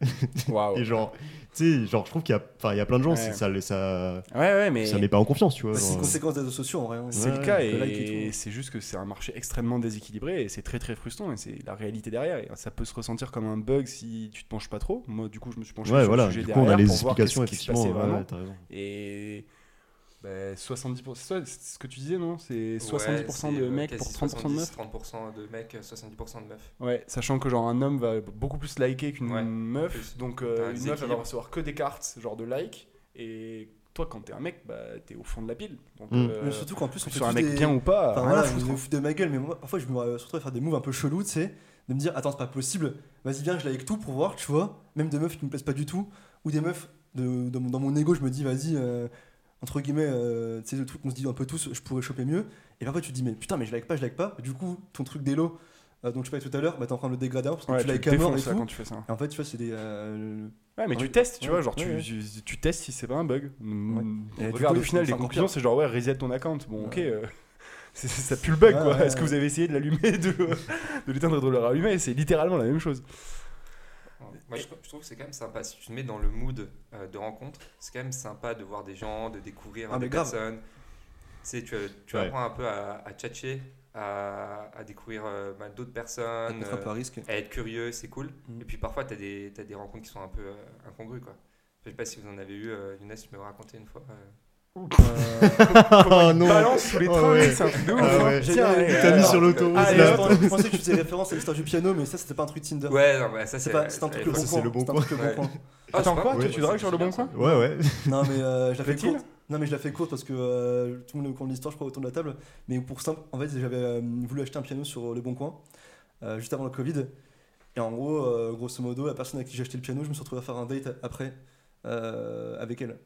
C: Waouh.
A: Et
C: Ouais,
A: genre, tu sais, genre, je trouve qu'il y, a- enfin, il y a plein de gens,
C: Ouais.
A: c'est- ça, les- ça,
C: ouais, mais
A: ça met pas en confiance, tu vois.
D: Bah, C'est
A: genre,
D: une conséquence des réseaux sociaux, en vrai. hein.
C: c'est
A: Ouais,
C: le cas.
D: ouais, le like et
C: Et
D: tout.
C: c'est juste que c'est un marché extrêmement déséquilibré et c'est très très frustrant. Et c'est la réalité derrière. Et ça peut se ressentir comme un bug si tu te penches pas trop. Moi, du coup, je me suis penché
A: Ouais,
C: sur
A: voilà,
C: le sujet
A: du coup, on
C: derrière.
A: a les
C: pour voir
A: explications,
C: qu'est-ce qui se passait
A: effectivement. ouais,
C: vraiment.
A: ouais, t'as raison.
C: Et. bah, 70%, c'est ça, c'est ce que tu disais, non C'est
B: Ouais,
C: 70%
B: c'est,
C: de
B: euh,
C: mecs pour
B: quasi
C: 30% de meufs
B: 70, 30% de mecs, 70% de meufs.
C: Ouais, sachant que genre un homme va beaucoup plus liker qu'une
B: Ouais,
C: meuf,
B: plus.
C: donc
B: T'as un
C: euh, une meuf elle va
B: déséquilibre.
C: recevoir que des cartes genre de like et toi quand t'es un mec bah t'es au fond de la pile. Donc
A: Mm.
C: euh,
D: Mais surtout qu'en plus,
C: que
D: on
C: tu
D: fait
C: sois un
D: tous
C: mec
D: des-
C: bien ou pas,
D: Enfin
C: rien
D: voilà,
C: à
D: je
C: foutre.
D: me fous de ma gueule, mais moi, parfois je me euh, surtout à faire des moves un peu chelous, tu sais, de me dire attends c'est pas possible, vas-y viens je like tout pour voir, tu vois, même des meufs qui me plaisent pas du tout, ou des meufs de, dans, mon- dans mon ego je me dis vas-y euh, entre guillemets, euh, tu sais le truc qu'on se dit un peu tous, je pourrais choper mieux, et parfois tu te dis mais putain mais je like pas, je like pas, du coup ton truc d'élo euh, dont tu parlais tout à l'heure, bah t'es en train de le dégrader parce que
C: Ouais,
D: tu likes
C: te
D: à mort et
C: défonces, là,
D: tout.
C: quand tu fais ça.
D: Et en fait tu vois c'est des... euh,
C: Ouais mais
D: Ouais,
C: tu testes, tu
D: ouais,
C: vois, genre tu,
D: ouais, ouais.
C: tu, tu testes si c'est pas un bug. Mm.
D: Et
C: Et
D: du
C: regarde
D: coup,
C: au final
D: c'est
C: les
D: encore
C: conclusions
D: pire.
C: c'est genre ouais reset ton account, bon ok.
D: Ouais.
C: euh, c'est- Ça pue le bug
D: Ouais,
C: quoi.
D: ouais,
C: Est-ce que vous avez essayé de l'allumer, de, de l'éteindre et de le rallumer C'est littéralement la même chose.
B: Moi, je, je trouve que c'est quand même sympa. Si tu te mets dans le mood euh, de rencontre, c'est quand même sympa de voir des gens, de découvrir
D: Ah, mais
B: des
D: grave.
B: personnes. Tu sais, tu, tu
A: Ouais.
B: apprends un peu à, à tchatcher, à, à découvrir euh, bah, d'autres
D: ouais,
B: personnes,
D: mettre un peu
B: euh,
D: à risque.
B: à être curieux, c'est cool.
D: Mm.
B: Et puis parfois, tu as, t'as des rencontres qui sont un peu euh, incongrues. Quoi. Je sais pas si vous en avez eu, euh, Younes, tu m'avais raconté une fois. euh.
A: Ah non
C: Balance sous les
A: Ah
C: trains,
A: ouais.
C: c'est un truc de ouf.
A: Ah
C: hein.
A: ouais.
C: Tiens,
D: Génial.
C: allez,
A: T'as
C: alors.
A: mis sur l'autoroute
D: Ah, et
C: là.
D: je, pense- je pensais que tu faisais référence à l'histoire du piano, mais ça c'était pas un truc Tinder.
B: Ouais, non, bah, ça
D: C'est
B: c'est
D: pas, c'est un truc le
A: ça,
D: bon
A: c'est
D: coin.
A: le bon
D: un truc
B: coin.
D: le bon coin.
B: Ah,
C: Attends,
B: c'est
C: quoi
B: pas-
C: Toi,
B: ouais,
C: tu dragues sur le bon
B: c'est
C: coin
A: Ouais, ouais.
D: Non mais euh, je la fais
C: Plaît-il
D: courte. Non mais je la fais courte parce que euh, tout le monde est au courant de l'histoire, je crois, autour de la table. Mais pour simple, en fait, j'avais euh, voulu acheter un piano sur euh, le Bon Coin euh, juste avant le Covid. Et en gros, euh, grosso modo, la personne à qui j'ai acheté le piano, je me suis retrouvé à faire un date après euh, avec elle.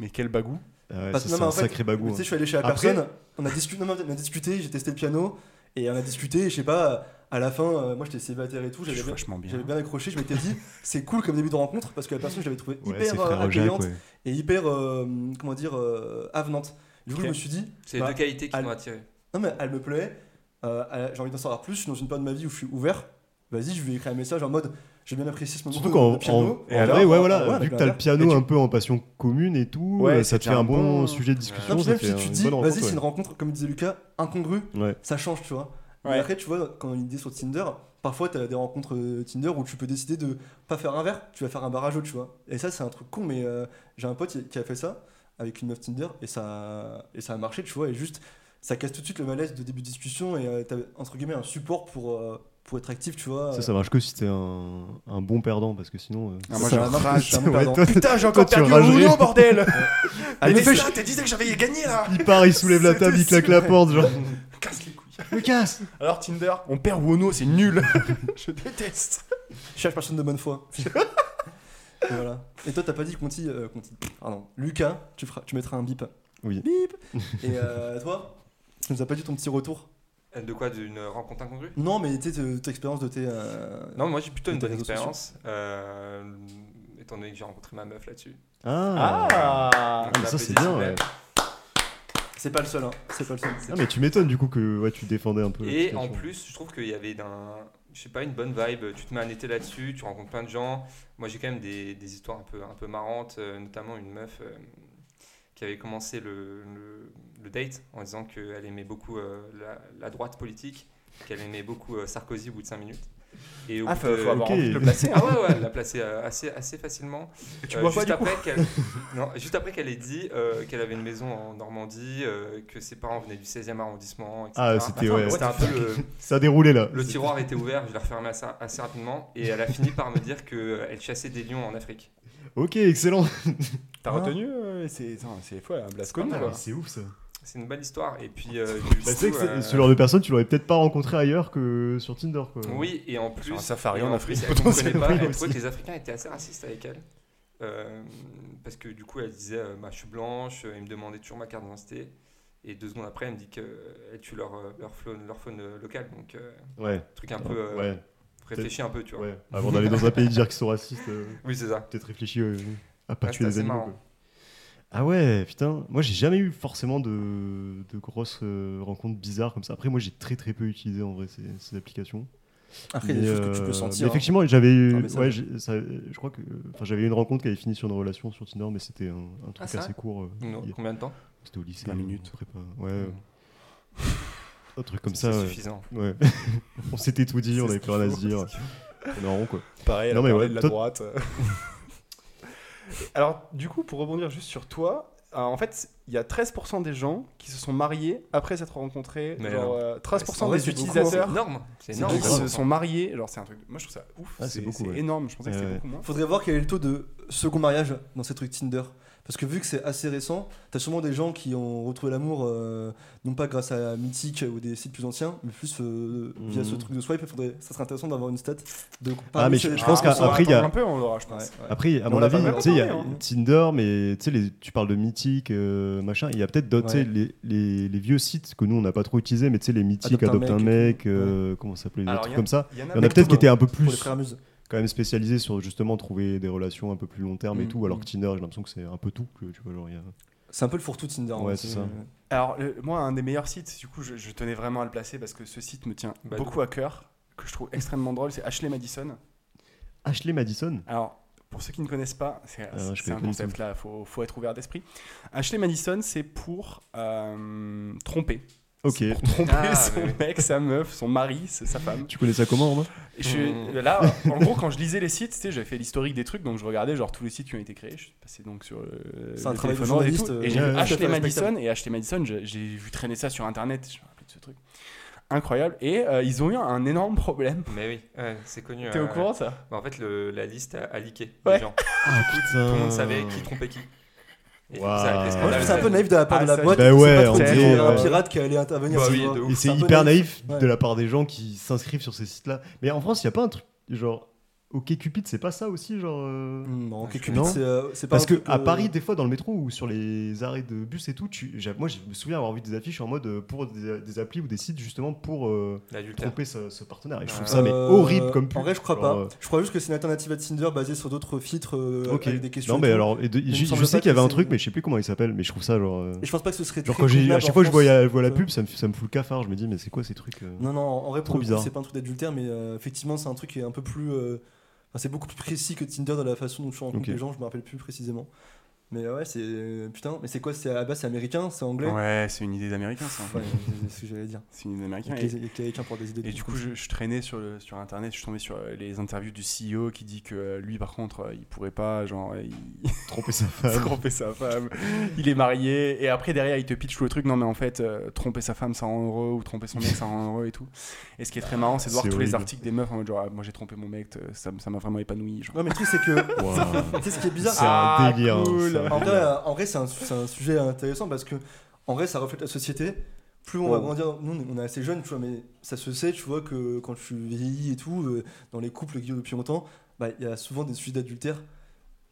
C: Mais quel bagou
A: Ah ouais,
D: Parce
A: ça,
D: que non,
A: c'est
D: mais
A: un
D: en fait,
A: sacré bagou.
D: Tu sais,
A: hein.
D: je suis allé chez la
A: Après-
D: personne, on a, discuté, non, mais on a discuté, j'ai testé le piano et on a discuté. Et je sais pas, à la fin, euh, moi j'étais célibataire et tout,
C: Je
D: j'avais
C: suis
D: bien,
C: vachement bien.
D: j'avais bien accroché. Je m'étais dit, c'est cool comme début de rencontre parce que la personne, je l'avais trouvée
A: Ouais, c'est
D: hyper euh,
A: frère Jacques,
D: accueillante.
A: ouais.
D: et hyper euh, comment dire euh, avenante. Du coup,
C: Ok.
D: je me suis dit,
B: C'est les
D: Bah,
B: deux qualités qui
D: Al-
B: m'ont attiré.
D: non mais elle me plaît, euh, elle- j'ai envie d'en savoir plus, je suis dans une période de ma vie où je suis ouvert. Vas-y, je vais écrire un message en mode, j'ai bien apprécié ce moment
A: Surtout
D: de-
A: qu'en
D: de
A: en,
D: piano.
A: en
C: Et alors,
A: vrai, ouais,
D: Ah
A: voilà,
D: ouais,
A: vu que
D: la
A: t'as le
D: claire.
A: piano
C: Et tu-
A: un peu en passion commune et tout,
C: Ouais,
A: euh, ça te
C: c'était
A: fait
C: un
A: un bon
C: bon-
A: sujet de
D: Non,
A: discussion.
D: puis
A: ça
D: même
A: fait
D: si
A: un-
D: tu
A: hein, une
D: dis,
A: bonne rencontre,
D: vas-y, c'est une
A: ouais.
D: rencontre, comme disait Lucas, incongrue,
A: Ouais.
D: ça change, tu vois. Mais
C: Ouais.
D: après, tu vois, quand il est sur Tinder, parfois, tu as des rencontres euh, Tinder où tu peux décider de pas faire un verre, tu vas faire un barrage, tu vois. Et ça, c'est un truc con, mais euh, j'ai un pote qui a fait ça avec une meuf Tinder et ça, et ça a marché, tu vois. Et juste, ça casse tout de suite le malaise de début de discussion et euh, t'as, entre guillemets, un support pour, euh, pour être actif, tu vois. Euh,
A: Ça, ça marche que si t'es un, un bon perdant, parce que sinon. euh,
C: Ah, moi,
D: Ça
C: je
D: marche,
C: rage.
D: c'est un bon
A: Ouais,
D: perdant.
A: toi,
C: Putain, j'ai
A: encore
C: encore
A: Toi, tu perdu
C: perdu
A: au ragerais.
C: au
A: rouleau,
C: bordel
D: Allez,
C: Allez,
D: fais-
C: ça, t'as dit que j'avais gagné là
A: il part, il soulève la
C: C'était
A: table, il
C: si
A: claque la
C: vrai.
A: porte, genre.
C: Casse les couilles.
A: Lucas
C: Alors, Tinder, on perd Wono, c'est nul Je déteste
D: Je cherche personne de bonne foi. Et voilà. Et toi, t'as pas dit Conti, euh, Conti. Pardon. Lucas, tu, feras, tu mettras un bip.
A: Oui.
D: Bip Et euh, toi Tu nous as pas dit ton petit retour
B: Euh, De quoi D'une rencontre incongrue
D: Non, mais tu sais, te- ton expérience de tes. euh,
B: Non, moi j'ai plutôt une
D: Des
B: bonne
D: réseaux sociaux.
B: expérience. euh, étant donné que j'ai rencontré ma meuf là-dessus.
A: Ah,
C: Ah
A: mais ça, c'est bien, ouais.
D: C'est pas le seul, hein. C'est pas le seul.
A: Ah, mais tu m'étonnes du coup que ouais, tu défendais un peu. la
B: Et
A: situation.
B: en plus, je trouve qu'il y avait d'un, je sais pas, une bonne vibe. Tu te mets un été là-dessus, tu rencontres plein de gens. Moi, j'ai quand même des, des histoires un peu, un peu marrantes, euh, notamment une meuf euh, qui avait commencé le, le- le date en disant qu'elle aimait beaucoup euh, la, la droite politique, qu'elle aimait beaucoup euh, Sarkozy au bout de 5 minutes. Et au
C: Ah,
B: bout
C: faut,
B: de-
C: faut avoir
A: ok.
C: envie de le hein. placer.
B: Ah ouais, ouais, elle l'a placé euh, assez, assez facilement.
C: tu bois
B: Euh,
C: pas,
B: juste
C: du coup
B: après qu'elle- non, Juste après qu'elle ait dit euh, qu'elle avait une maison en Normandie, euh, que ses parents venaient du 16e arrondissement, etc.
A: Ah, c'était ouais.
B: C'était un peu le,
A: Ça a déroulé là.
B: le tiroir était ouvert, je l'ai refermé assez, assez rapidement et elle a fini par me dire qu'elle chassait des lions en Afrique.
A: Ok, excellent.
C: T'as
D: Ah.
C: retenu euh, C'est attends, c'est fou, la Blasconi
B: mal,
C: quoi.
A: C'est ouf ça.
B: Ah, C'est une belle histoire. Et puis, euh, du
A: Bah, tu sais
B: coup,
A: que Bah, c'est-
B: euh,
A: ce genre de personne, tu l'aurais peut-être pas rencontré ailleurs que sur Tinder quoi.
B: Oui, et en plus.
C: Sur un safari
B: et
C: en
B: plus,
C: Afrique,
B: elle comprenait
C: potentiellement,
B: pas,
A: oui,
B: elle
A: aussi.
B: trouvait que les Africains étaient assez racistes avec elle. Euh, parce que du coup, elle disait euh, bah, Je suis blanche, euh, ils me demandaient toujours ma carte d'identité. Et deux secondes après, elle me dit qu'elle tue leur, euh, leur faune, leur faune euh, locale. Donc, euh,
A: Ouais.
B: truc un
A: Ouais,
B: peu. euh,
A: ouais,
B: Réfléchis un peu, tu vois.
A: ouais. Avant d'aller dans un pays dire qu'ils sont racistes, euh,
B: Oui, c'est ça.
A: peut-être réfléchir euh, à pas
B: Ah,
A: tuer
B: c'est
A: des
B: assez
A: animaux.
B: marrant.
A: quoi. Ah ouais, putain. Moi, j'ai jamais eu forcément de, de grosses euh, rencontres bizarres comme ça. Après, moi, j'ai très très peu utilisé en vrai ces, ces applications.
D: Après, il y a des
A: Mais,
D: choses que tu
A: euh,
D: peux sentir.
A: mais
D: hein.
A: effectivement, j'avais eu-
D: Par message.
A: ouais, j'ai- ça- je crois que enfin j'avais eu une rencontre qui avait fini sur une relation sur Tinder mais c'était un, un truc
B: Ah, ça
A: assez court. euh,
B: Non,
A: il-
B: Combien de temps
A: C'était au lycée.
C: 20
A: en
C: minutes.
A: prépa. Ouais. euh, Un truc comme ça.
B: C'est
A: ouais.
B: suffisant.
A: Ouais. on s'était tout dit, on avait plus rien à se dire. On est en rond, quoi.
C: Pareil,
A: Non,
C: elle
A: mais
C: parlait
A: ouais,
C: de la
A: toi-
C: droite. Alors, du coup, pour rebondir juste sur toi, euh, en fait, il y a 13% des gens qui se sont mariés après s'être rencontrés.
B: Mais alors.
C: genre, euh,
D: En
C: 13%
D: vrai,
C: des
D: c'est beaucoup, hein.
B: C'est
C: utilisateurs
B: énorme. C'est
C: qui
A: Non,
B: énorme.
A: beaucoup.
C: se sont mariés. Genre, c'est un truc. de- Moi, je trouve ça ouf.
A: Ah, c'est
C: c'est
A: beaucoup,
C: c'est
A: ouais.
C: énorme. Je pensais que
A: Ouais,
C: c'était
A: ouais.
C: beaucoup moins.
D: Faudrait voir quel est le taux de second mariage dans ces trucs Tinder. Parce que vu que c'est assez récent, t'as sûrement des gens qui ont retrouvé l'amour, euh, non pas grâce à Mythique ou des sites plus anciens, mais plus euh, via
A: Mhm.
D: ce truc de swipe. il Faudrait... Ça serait intéressant d'avoir une stat de.
A: Ah, mais
D: parmi ces-
A: je pense
C: Ah, on
A: qu'après,
C: saura
A: il y a-
C: attendre un peu, on l'aura, je pense.
D: Ouais, ouais.
A: Après, à
D: Mais on
A: mon
D: l'a pas
A: avis,
D: vraiment
A: tu sais, il y a
C: parlé, hein.
A: Tinder, mais tu sais, les- tu parles de mythique, euh, machin. Il y a peut-être d'autres, tu sais, les, les, les vieux sites que nous, on n'a pas trop utilisés, mais tu sais, les mythiques,
D: Adopte un
A: adopte un
D: mec
A: mec,
D: et tout.
A: euh, comment ça s'appelait, des
C: Alors,
A: trucs
C: y a-
A: comme ça.
C: Il y en
A: Il y en a peut-être qui étaient un peu
D: Pour les
A: plus,
D: frères Muse.
A: quand même spécialisés sur justement trouver des relations un peu plus long terme et
D: Mm,
A: tout, alors
D: mm.
A: que Tinder, j'ai l'impression que c'est un peu tout. que, tu vois, genre, il y a-
D: C'est un peu le fourre-tout Tinder.
A: Ouais, c'est ça.
C: Alors, le- moi, un des meilleurs sites, du coup, je, je tenais vraiment à le placer parce que ce site me tient
A: Bah,
B: Badou.
C: beaucoup à cœur, que je trouve extrêmement drôle, c'est Ashley Madison.
A: Ashley Madison
C: Alors, pour ceux qui ne connaissent pas, c'est
A: Ah, je
C: c'est
A: connais
C: un
A: pas du
C: concept là, faut, faut être ouvert d'esprit. Ashley Madison, c'est pour euh, tromper.
A: Ok.
C: C'est Pour tromper
B: Ah,
C: son
B: mais oui.
C: mec, sa meuf, son mari, sa sa femme.
A: Tu connais ça comment, Romain
C: Et je suis-
B: Mmh.
C: là, en gros, quand je lisais les sites, tu sais, j'avais fait l'historique des trucs, donc je regardais genre tous les sites qui ont été créés. Je suis passé donc sur le,
D: C'est un
C: le
D: travail de
C: téléphone ordre et tout,
D: journaliste,
C: Et j'ai
A: euh, tout
C: vu
D: à fait
C: Ashley
D: respectable.
C: Madison, et Ashley Madison, j'ai j'ai vu traîner ça sur internet. Je me rappelle de ce truc. Incroyable. Et euh, ils ont eu un énorme problème.
B: Mais oui, ouais, c'est connu.
C: T'es
B: euh,
C: au courant ça
B: Bah, en fait, le- la liste a, a leaké
C: Ouais.
B: les gens.
A: Ah
B: Tout le monde savait qui trompait qui. Et du coup, ça a
A: Waouh.
B: été
D: Moi, je trouve
B: scandaleux.
D: c'est un peu naïf de la part
C: Ah,
D: de la
C: ça,
D: boîte.
A: bah
D: c'est
A: ouais,
D: pas trop
A: on
D: de-
C: dirait,
D: un
C: ouais.
D: pirate qui allait intervenir.
B: Bah
D: tu
B: oui,
D: vois.
B: de ouf.
A: Et
B: Ou
A: c'est
D: un peu
A: hyper naïf
D: naïf. Ouais.
A: de la part des gens qui s'inscrivent sur ces sites-là. Mais en France, il n'y a pas un truc genre OK Cupid, c'est pas ça aussi genre euh,
D: Non,
B: Ouais, je
D: quelques
A: non.
D: minutes, c'est, euh, c'est Mm, pas
A: Parce
D: un
A: que
D: truc,
A: à
D: euh,
A: Paris, des fois dans le métro ou sur les arrêts de bus et tout, tu, j'a- moi je me souviens avoir vu des affiches en mode euh, pour des, des applis ou des sites justement pour euh,
B: L'adultère.
A: tromper ce, ce partenaire. Et je trouve
B: Ouais.
A: ça mais
D: Euh,
A: horrible comme pub.
D: En vrai, je crois
A: Genre,
D: pas.
A: euh,
D: Je crois juste que c'est une alternative à Tinder basée sur d'autres filtres euh,
A: ok.
D: avec des questions.
A: Non mais
D: et tout.
A: alors, et de-
D: me
A: je, je
D: semble pas
A: sais qu'il y
D: que
A: avait un
D: c'est-
A: truc, mais je sais plus comment il s'appelle. Mais je trouve ça genre. euh,
D: Et je pense pas que ce serait.
A: Genre
D: très
A: quand j'ai, à
D: convenable
A: chaque
D: en
A: fois que je vois,
D: France. euh.
A: la- je vois la
D: Ouais.
A: pub, ça me, ça me fout le cafard. Je me dis mais c'est quoi ces trucs euh
D: Non, non, en vrai,
A: Trop
D: pour le coup,
A: bizarre.
D: c'est pas un truc d'adultère, mais euh, effectivement, c'est un truc qui est un peu plus. euh, enfin, c'est beaucoup plus précis que Tinder dans la façon dont tu rencontres
A: Ok.
D: les gens, je me rappelle plus précisément. Mais ouais, c'est. euh, Putain, mais c'est quoi C'est à la base, c'est américain, c'est anglais
C: Ouais, c'est une idée d'américain, ça.
D: Ouais, c'est ce que j'allais dire.
C: C'est une idée
D: Il y
C: d'américain.
D: a que
C: Et-
D: les- il y a que les Américains pour des idées de
C: Et du
D: trucs
C: coup,
D: comme ça.
C: je, je traînais sur, le, sur internet, je suis tombé sur euh, les interviews du CEO qui dit que euh, lui, par contre, euh, il pourrait pas, genre, euh, il
A: Tromper sa
C: se
A: femme.
C: tromper sa femme, il est marié, et après, derrière, il te pitch le truc, non, mais en fait, euh, tromper sa femme, ça rend heureux, ou tromper son mec, ça rend heureux et tout. Et ce qui est très marrant, c'est de voir
A: C'est
C: tous les
A: horrible.
C: articles des meufs en mode, genre, ah, moi j'ai trompé mon mec, t- ça m- ça m'a vraiment épanoui. Genre.
D: Ouais, mais le truc, c'est que. tu
A: Waouh.
D: sais, ce qui est bizarre,
A: C'est un
C: Ah,
A: délire.
C: cool.
A: ça.
D: En vrai, euh, en vrai, c'est un, su- c'est un sujet intéressant parce que en vrai, ça reflète la société. Plus on va
C: Oh.
D: grandir, nous on est- on est assez jeunes, tu vois, mais ça se sait, tu vois, que quand tu vieillis et tout, euh, dans les couples qui durent depuis longtemps, bah, il y a souvent des sujets d'adultère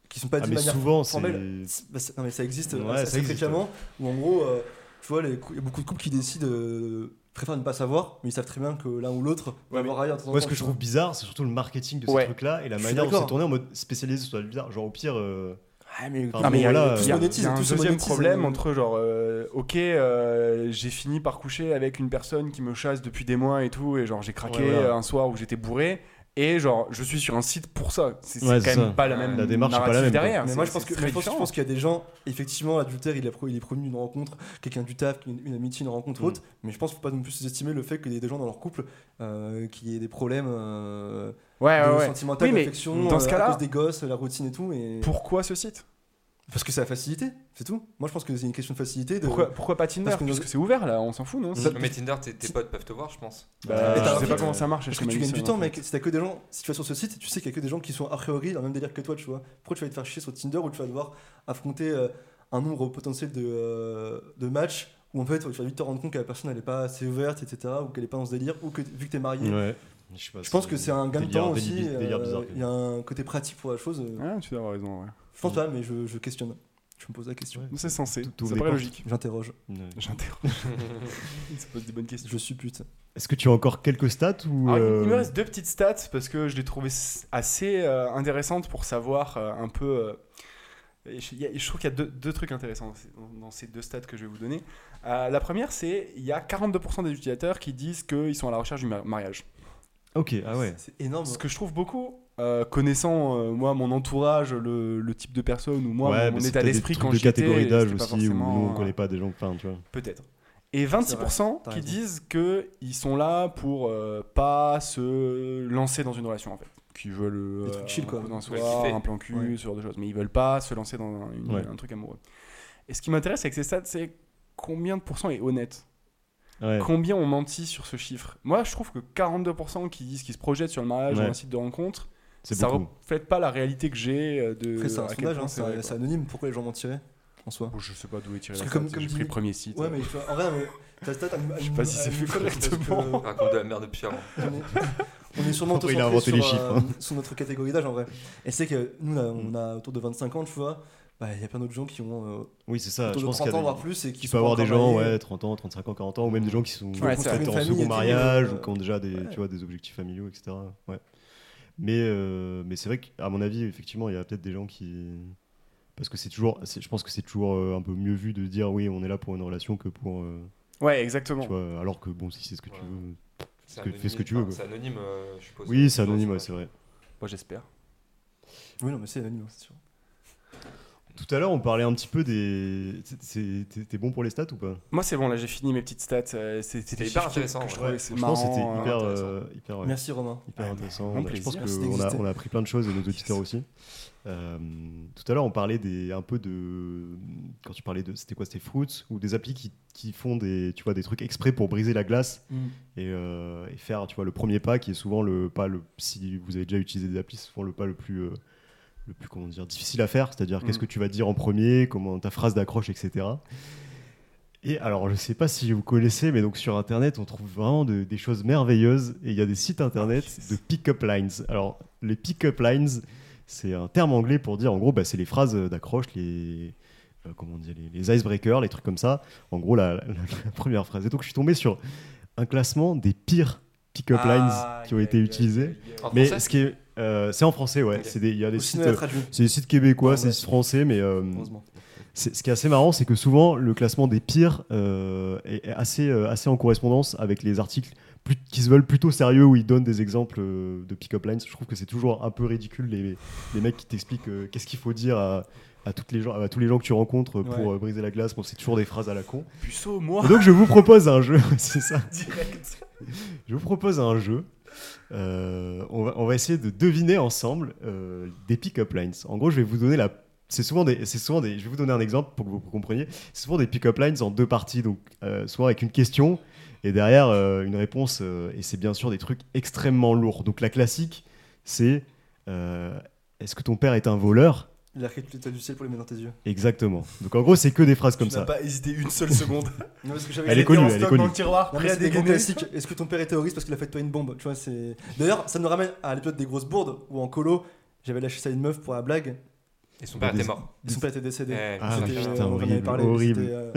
D: qui sont pas
A: Ah,
D: d'une
A: mais
D: manière
A: souvent, c'est.
D: formelle. C'est- bah, c'est- non, mais ça existe euh,
A: Ouais,
D: assez
A: ça existe,
D: fréquemment, où en gros, euh, tu vois, les cou- il y a beaucoup de couples qui décident, euh, préfèrent ne pas savoir, mais ils savent très bien que l'un ou l'autre va
C: Ouais,
D: avoir ailleurs. de temps en
A: Moi, ce
D: temps,
A: que
D: tu
A: je
D: vois.
A: trouve bizarre, c'est surtout le marketing de ces
C: Ouais.
A: trucs-là et la
D: Je suis
A: manière dont
D: d'accord.
A: c'est tourné en mode spécialisé sur le bizarre. Genre, au pire, euh,
C: Ah, mais
A: Ah, mais
C: il y a,
A: voilà,
C: il y a-
D: tout se monétise,
C: il y a
D: tout
C: un
D: se
C: deuxième
D: monétise,
C: problème
D: euh.
C: entre genre, euh, ok, euh, j'ai fini par coucher avec une personne qui me chasse depuis des mois et tout, et genre j'ai craqué
A: Ouais, voilà.
C: euh, un soir où j'étais bourré, et genre je suis sur un site pour ça. C'est c'est
A: Ouais, c'est
C: quand même
A: ça.
C: pas la même
A: La démarche est pas la
C: narrative
A: même, quoi.
C: derrière.
D: Mais
C: Ah, C'est-
D: moi, je pense
C: c'est
D: que-
C: très
D: je pense- je
C: différent.
D: pense qu'il y a des gens, effectivement, l'adultère, il, est pro- il est promis d'une rencontre, quelqu'un du taf, une, une amitié, une rencontre
A: Mm.
D: haute. Mais je pense qu'il faut pas non plus sous-estimer le fait qu'il y ait des gens dans leur couple euh, qui aient des problèmes euh,
C: Ouais,
D: de
C: Ah, ouais, ouais.
D: sentimental,
C: Oui, mais
D: d'affection,
C: dans ce
D: euh, à
C: cas-là-
D: cause des gosses, la routine et tout. Et...
C: Pourquoi ce site
D: Parce que c'est la facilité, c'est tout. Moi, je pense que c'est une question de facilité. De...
C: pourquoi, pourquoi pas Tinder
D: Parce que-
C: Puisque c'est ouvert là, on s'en fout, non
D: Ça-
B: Non, mais Tinder, tes, tes potes peuvent te voir, je pense.
A: Bah,
D: Et t'as
C: Je sais
D: un
C: pas
D: filtre.
C: comment ça marche.
D: Parce
C: je
D: que
C: sais
D: tu
C: même
D: gagnes
C: pas,
D: du temps,
C: en fait.
D: mec. Si t'as que des gens, si tu vas sur ce site, tu sais qu'il y a que des gens qui sont a priori dans le même délire que toi, tu vois. Pourquoi tu vas te faire chier sur Tinder où tu vas devoir affronter euh, un nombre potentiel de, euh, de matchs où en fait tu vas vite te rendre compte que la personne elle est pas assez ouverte, etc. ou qu'elle est pas dans ce délire, ou que vu que t'es marié.
A: ouais. Je, sais pas,
D: Je pense que c'est un gain de
A: délire-
D: temps
A: délire-
D: aussi.
A: délire
D: euh,
A: bizarre,
D: Il y a un côté pratique pour la chose. euh,
C: Ah, tu dois avoir raison, ouais.
D: Je pense pas, mais je, je questionne. Je me pose la question.
A: Ouais.
C: C'est censé,
A: Tout- tout
C: ça
A: les
C: paraît
A: portes.
C: logique.
D: J'interroge.
A: Ouais.
C: J'interroge. Il se pose des bonnes questions.
D: Je suppute.
A: Est-ce que tu as encore quelques stats ou
C: Alors, Ah, il-
A: euh,
C: Il me reste deux petites stats parce que je les trouvais s- assez euh, intéressantes pour savoir euh, un peu. euh, et je, il y a- je trouve qu'il y a deux, deux trucs intéressants dans ces- dans, dans ces deux stats que je vais vous donner. Euh, la première, c'est il y a 42% des utilisateurs qui disent qu'ils sont à la recherche du ma- mariage.
A: Ok, ah ouais.
D: C'est énorme.
C: Ce que je trouve beaucoup, euh, connaissant euh, moi mon entourage, le, le type de personne ou moi
A: ouais,
C: mon,
A: mais c'est
C: état
A: peut-être des
C: d'esprit
A: trucs
C: quand
A: de
C: j'étais.
A: catégorie
C: c'était
A: d'âge
C: pas
A: aussi où nous on
C: forcément,
D: euh,
A: connaît pas des gens. Enfin, tu vois.
C: Peut-être. Et
D: C'est
C: 26%
D: t'as
C: qui
D: raison.
C: disent qu'ils sont là pour euh, pas se lancer dans une relation en fait. Qui veulent euh,
D: Des trucs chill,
C: un
D: quoi.
C: coup d'un
B: Ils veulent
C: soir,
B: kiffer.
C: un plan cul,
D: Ouais.
C: ce genre de choses. Mais ils veulent pas se lancer dans un, une-
A: Ouais.
C: un truc amoureux. Et ce qui m'intéresse avec ces stats, c'est combien de pourcents est honnête
A: Ouais.
C: Combien ont menti sur ce chiffre Moi, je trouve que 42% qui disent qu'ils se projettent sur le mariage
A: Ouais.
C: ou un site de rencontre,
A: C'est
C: ça
A: beaucoup.
C: reflète pas la réalité que j'ai euh, de.
D: Après, c'est
C: à
D: un
C: quel
D: sondage,
C: point
D: hein,
C: c'est vrai,
D: c'est
C: quoi.
D: c'est anonyme. Pourquoi les gens mentiraient en soi
C: Bon, je sais pas d'où est tiré
D: Parce
C: la
D: que comme-
C: stat,
D: comme
C: J'ai
D: dit-
C: pris le premier site.
D: Ouais,
C: euh.
D: mais tu vois, en vrai, mais ta stat anime-
C: Je sais pas si c'est
D: anime-
C: fait
D: anime- parce que
C: correctement.
B: Raconte de la merde depuis avant.
D: On est, on est sûrement tous
A: Après, il a inventé
D: sur,
A: les chiffres, hein.
D: euh, sur notre catégorie d'âge en vrai. Et c'est que nous, là, on a autour de 25 ans, tu vois. bah, Il y a plein d'autres gens qui ont euh,
A: Oui, c'est ça.
D: autour
A: Ah, Je
D: de
A: pense qu'il
D: 30
A: y
D: ans,
A: a
D: voire
A: des...
D: plus. Et qui
A: Tu
D: sont
A: peux avoir
D: pas
A: des gens,
D: mariés.
A: ouais, 30 ans, 35 ans, 40 ans, ou même des gens qui sont
C: Ouais, c'est
A: peut-être en
D: vrai. Une famille et
A: second
D: tout,
A: mariage,
D: euh,
A: ou qui ont déjà des,
D: ouais.
A: tu vois, des objectifs familiaux, etc. Ouais. Mais, euh, mais c'est vrai qu'à mon avis, effectivement, il y a peut-être des gens qui. Parce que c'est toujours. c'est- Je pense que c'est toujours euh, un peu mieux vu de dire oui, on est là pour une relation que pour. euh,
C: Ouais, exactement.
A: tu vois, alors que bon, si c'est ce que tu
B: Ouais.
A: veux.
B: C'est
A: que-
B: anonyme,
A: fais ce que tu veux,
B: enfin,
A: quoi.
B: C'est anonyme, euh, je suppose.
A: Oui, c'est anonyme, ouais, c'est vrai.
C: Moi, j'espère.
D: Oui, non, mais c'est anonyme, c'est sûr.
A: Tout à l'heure, on parlait un petit peu des. c'est- c'est- T'es t'es bon pour les stats ou pas
C: Moi, c'est bon, là, j'ai fini mes petites stats. euh, c'est- C'était
B: C'était
C: des
B: hyper
C: chiffres que-
B: intéressant,
C: que je
B: ouais.
C: trouvais, c'est
A: Franchement,
C: marrant,
A: c'était
C: euh,
A: hyper,
B: intéressant.
A: euh, hyper, ouais,
D: Merci Romain.
A: hyper
C: Ah,
A: intéressant. Bah,
C: un
A: je pense
C: plaisir,
D: c'est
A: qu'on a,
D: d'exister.
A: on a appris plein de choses et nos auditeurs aussi. Euh, tout à l'heure, on parlait des, un peu de. Quand tu parlais de. C'était quoi C'était Fruits Ou des applis qui, qui font des, tu vois, des trucs exprès pour briser la glace et, euh, et faire tu vois, le premier pas qui est souvent le pas le. Si vous avez déjà utilisé des applis, c'est souvent le pas le plus. euh, le plus comment dire, difficile à faire, c'est-à-dire qu'est-ce
C: Mm.
A: que tu vas dire en premier, comment ta phrase d'accroche, etc. Et alors, je sais pas si vous connaissez, mais donc sur Internet, on trouve vraiment de- des choses merveilleuses. Et il y a des sites Internet de pick-up lines. Alors, les pick-up lines, c'est un terme anglais pour dire, en gros, bah, c'est les phrases d'accroche, les, euh, comment on dit, les, les icebreakers, les trucs comme ça. En gros, la, la- la première phrase. Et donc, je suis tombé sur un classement des pires pick-up
C: Ah,
A: lines qui ont
C: yeah,
A: été
C: yeah,
A: utilisés.
C: yeah, yeah.
B: En
A: Mais
B: français
A: ce qui est, euh, c'est en français, ouais.
B: Ok.
A: C'est des- il y a des
D: Aussi,
A: sites, euh,
D: la traduit,
A: c'est des sites québécois,
D: Ouais,
A: c'est des
D: ouais.
A: sites français, mais euh,
D: heureusement.
A: c'est- ce qui est assez marrant, c'est que souvent, le classement des pires euh, est est assez, euh, assez en correspondance avec les articles plus- qui se veulent plutôt sérieux, où ils donnent des exemples euh, de pick-up lines. Je trouve que c'est toujours un peu ridicule, les, les mecs qui t'expliquent euh, qu'est-ce qu'il faut dire à, à toutes les gens, à tous les gens que tu rencontres pour
D: Ouais.
A: euh, briser la glace. Bon, c'est toujours des phrases à la con.
C: hein. Puceau, moi
A: Et donc, je vous propose un jeu, c'est ça.
C: Direct.
A: Je vous propose un jeu. Euh, on, va, on va essayer de deviner ensemble euh, des pick-up lines. En gros, je vais vous donner la. C'est souvent des. C'est souvent des. Je vais vous donner un exemple pour que vous compreniez. C'est souvent des pick-up lines en deux parties, donc euh, souvent avec une question et derrière euh, une réponse. euh, et c'est bien sûr des trucs extrêmement lourds. Donc la classique, c'est euh, Est-ce que ton père est un voleur
D: L'arcade l'état du ciel pour les mettre dans tes yeux.
A: Exactement. Donc en gros, c'est que des phrases comme
C: Tu
A: ça.
C: n'as pas hésité une seule seconde.
D: Non, parce que j'avais
A: Elle est
D: été
A: connue,
D: en
A: elle est
D: stock.
C: Stock
A: connue.
C: dans le tiroir,
D: Non,
C: prêt
D: mais
C: à
D: c'est des gros
C: dégommer.
D: classiques. Est-ce que ton père est terroriste parce qu'il a fait de toi une bombe Tu vois, c'est. D'ailleurs, ça nous ramène à l'épisode des grosses bourdes où en colo, j'avais lâché ça à une meuf pour la blague
B: Et son père
A: Des-
B: était mort.
D: et son père était décédé.
B: Eh,
A: Bah, Ah,
D: C'était- euh,
B: putain,
D: on en avait
A: horrible,
D: parlé,
A: horrible.
D: c'était, euh,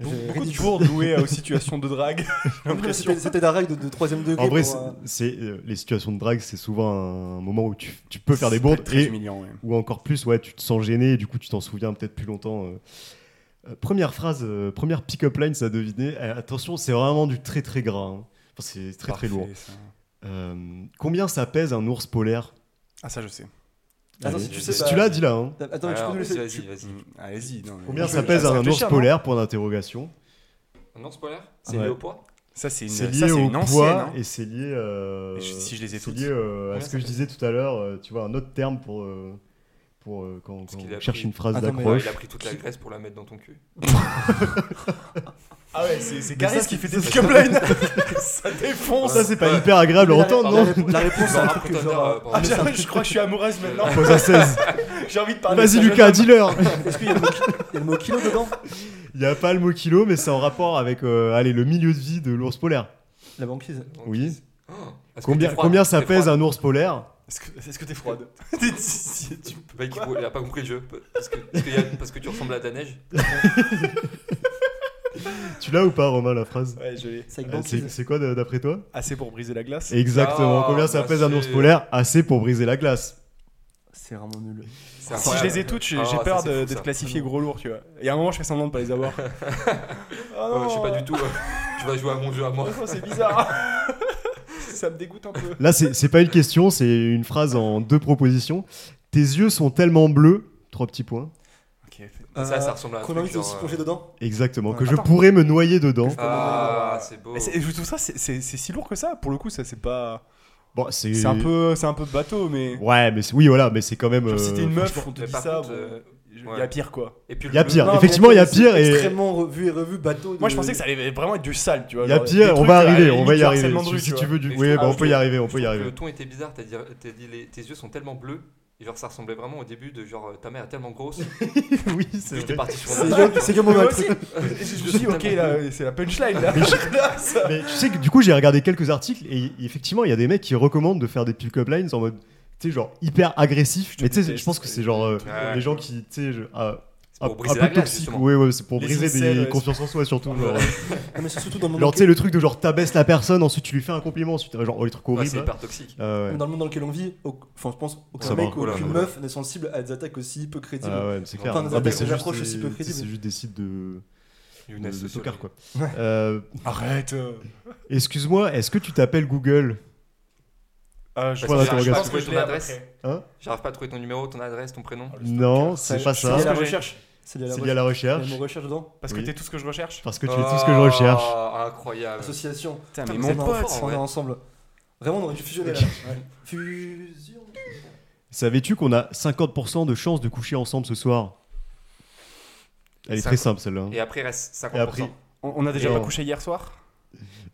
D: j'ai
C: Beaucoup de
D: ridicule.
C: jours doués aux situations de drague. J'ai
D: Non, mais
C: l'impression.
D: C'était c'était la règle de- de troisième degré.
A: En vrai,
D: pour,
A: c'est-
D: euh,
A: c'est euh, les situations de drague, c'est souvent un moment où tu, tu peux faire des bourdes
C: Très
A: et
C: humiliant, ouais.
A: ou encore plus, ouais, tu te sens gêné et du coup tu t'en souviens peut-être plus longtemps. euh. Euh, première phrase, euh, première pick-up line, ça deviner. Euh, attention, c'est vraiment du très très gras. hein. Enfin, c'est très
C: Parfait,
A: très lourd.
C: ça.
A: Euh, combien ça pèse un ours polaire
C: Ah, ça, je sais.
D: Attends,
A: Allez,
D: si tu
B: je
D: sais
B: sais
A: Si
D: pas-
A: tu l'as, dis-la. hein.
D: Attends, mais tu
B: Alors,
D: peux nous laisser.
B: Vas-y,
D: tu-
B: vas-y.
C: Mm, Allez-y. non, mais-
A: Combien
D: Je-
A: ça pèse
D: ça
A: un
D: fait
A: ours
D: cher, non
A: polaire Point d'interrogation.
B: Un ours polaire C'est
A: Ah Ouais.
B: lié au poids
C: Ça, c'est une,
A: C'est
C: ça,
A: lié
C: c'est
A: au
C: une ancienne.
A: poids
C: hein.
A: et c'est lié. euh,
C: Et je- si je les ai
A: c'est
C: toutes.
A: lié euh, à
B: Ouais,
A: ce
B: ça
A: que je
B: fait.
A: disais tout à l'heure. euh, tu vois, un autre terme pour. euh, pour euh, quand,
B: Parce
A: quand
B: qu'il
A: on
B: a
A: cherche
B: pris-
A: une phrase
D: Attends, mais-
B: Ouais,
A: d'accroche.
B: Il a pris toute la graisse pour la mettre dans ton cul.
C: Ah ouais, c'est c'est
D: Mais ça,
C: Caris
D: c'est-
C: qui fait
D: ça,
C: des pick-up lines. ça défonce.
A: Oh, Ça, c'est pas
B: Ouais.
A: hyper agréable à
D: Mais la-
A: entendre,
B: la-
A: Ah, non
D: la- La réponse, c'est un truc que genre. euh,
C: Ah, j'ai- je crois que je suis amoureuse maintenant.
A: Pose à 16.
C: J'ai envie de
B: Ah,
C: parler.
A: Vas-y,
C: de ça.
A: Lucas, dis-leur
D: Est-ce qu'il y a le mot ki- il y a le mot kilo dedans
A: Il n'y a pas le mot kilo, mais c'est en rapport avec euh, allez, le milieu de vie de l'ours polaire.
D: La banquise.
A: Oui. Combien, combien ça pèse hein un ours polaire
C: Est-ce que est-ce que t'es froide T'es- si- tu-
B: Le mec, il il a pas compris le jeu. Parce que, parce que y a- parce que tu ressembles à de la neige.
A: Tu l'as ou pas, Romain, la phrase
C: Ouais, je l'ai.
D: C'est avec
A: Euh, C'est
D: banquise.
A: c'est quoi de- d'après toi
C: Assez pour briser la glace. Oh,
A: Exactement.
B: Ah,
A: Combien ça
B: bah,
A: pèse un ours
B: c'est-
A: polaire Assez pour briser la glace.
D: C'est vraiment nul.
B: C'est
C: Si je les ai
B: incroyable.
C: toutes, j'ai
B: Ah,
C: j'ai
B: ça,
C: peur
B: c'est
C: de-
B: fou,
C: d'être
B: ça.
C: classifié gros lourd, tu vois. Et à un moment, je fais semblant de pas les avoir. Ah
B: Ouais,
C: non,
B: Oh, je sais pas du tout. euh, Tu vas jouer à mon jeu à moi.
C: Franchement, c'est bizarre. ça me dégoûte un peu.
A: Là, c'est c'est pas une question, c'est une phrase en deux propositions. Tes yeux sont tellement bleus, trois petits points,
C: Ok.
B: Ça, ça
D: Euh,
B: ressemble à un
D: Combien
B: truc
D: de
B: genre,
D: aussi
B: euh,
D: plongé dedans
A: exactement, que
D: Ouais.
A: je
C: Attends.
A: pourrais me noyer dedans.
B: Ah, c'est beau.
C: Mais c'est- Je trouve ça, c'est- c'est c'est si lourd que ça. Pour le coup, ça c'est pas.
A: Bon, c'est
C: C'est un peu, c'est un peu bateau, mais.
A: Ouais, mais c'est- oui, voilà, mais c'est quand même.
C: Genre, si
A: euh,
C: t'es une meuf, on te
B: Mais
C: dit
B: par
C: ça.
B: contre, euh,
C: Il y
B: ouais.
C: a pire quoi.
B: Et puis
A: Y a
B: le-
A: pire.
B: le-
D: Non,
A: effectivement,
D: mais
A: il y a
D: c'est
A: pire et-
D: Extrêmement revu et revu, bateau.
C: Moi,
D: de-
C: je pensais que ça allait vraiment être du sale, tu vois.
A: Il y a
C: genre, des
A: pire, on
C: trucs,
A: va
C: à la
A: arriver, on
C: limite,
A: va
C: du
A: y arriver.
C: harcèlement de
A: Si,
C: rue,
A: si
C: tu
A: tu
C: vois.
A: veux du.
B: Mais je
A: Oui,
B: trouve-
A: bah,
B: ah,
A: on
B: je
A: peut y
B: trouve-
A: arriver, on
B: je
A: peut y
B: trouve que
A: arriver.
B: Le ton était bizarre, t'as dit, t'as dit les- tes yeux sont tellement bleus, et genre ça ressemblait vraiment au début de genre euh, ta mère est tellement grosse,
A: Oui, c'est
B: j'étais
A: vrai.
B: parti sur
D: C'est
B: un-
D: Guillaume- C'est Guillaume
C: Mais moi aussi.
D: Montmartre.
C: Je me suis dit, ok, là, c'est la punchline là. Ça-
A: Mais tu sais que du coup, j'ai regardé quelques articles et y- effectivement, il y a des mecs qui recommandent de faire des pick-up lines en mode, tu sais, genre hyper agressif.
C: te
A: Mais tu sais,
C: déteste.
A: je pense que c'est genre euh,
B: Ouais.
A: les gens qui, tu sais, je- ah,
B: C'est
A: un,
B: pour briser
A: un
B: la
A: peu
B: glace,
A: toxiques.
B: justement.
A: Ouais, ouais, c'est pour
C: Les
A: briser
C: incels,
A: des
C: ouais,
A: confiances en soi, surtout. Genre,
D: Non, mais c'est surtout dans le monde
A: genre, tu sais, le truc de genre, t'abaisses la personne, ensuite tu lui fais un compliment, ensuite, euh, genre, oh, les trucs
B: Ouais, c'est
A: horribles.
B: hyper toxique.
A: Ah ouais.
D: dans le monde dans lequel on vit, au- enfin je pense
A: Ça
D: aucun mec
A: va.
D: ou
B: Oula,
D: aucune
B: oula.
D: meuf n'est sensible à des attaques aussi peu crédibles.
A: Ah ouais, mais c'est
B: Enfin,
A: clair.
B: des
A: Ah, mais
B: attaques
A: c'est
D: de
A: juste
D: approche aussi peu
A: des-
D: crédibles.
A: C'est juste des sites de, de,
B: Younes,
A: de
B: le
A: soccer,
B: soleil.
A: quoi. Euh,
C: Arrête. euh.
A: Excuse-moi, est-ce que tu t'appelles Google
C: Ah,
A: Point
B: Parce que
C: je
B: J'arrive
A: d'interrogation.
B: pas à
A: Je
B: trouver ton
C: l'ai
B: adresse,
A: Hein
B: j'arrive pas à trouver ton numéro, ton adresse, ton prénom.
A: Non, c'est pas
D: C'est
A: ça.
D: lié à la
C: Parce que j'ai-
D: recherche. C'est lié à la
A: C'est lié à la
D: recherche. Il y a le
A: recherche.
D: mot recherche dedans.
C: Parce que
A: Oui.
C: t'es tout ce que je recherche.
A: Parce que tu es tout ce que je recherche.
B: Ah, Incroyable.
D: Association.
C: Putain,
B: Ah, mais
D: On
B: mon
D: est en
B: pote,
D: force, On est
B: ouais.
D: ensemble. Vraiment, on aurait dû fusionner là. Fusion.
A: Savais-tu qu'on a 50% de chances de coucher ensemble ce soir Elle est
B: Cinq-
A: très simple celle-là. hein.
B: Et après reste 50%.
A: Et après-
C: On, on a déjà
A: Et
C: pas
A: on-
C: couché hier soir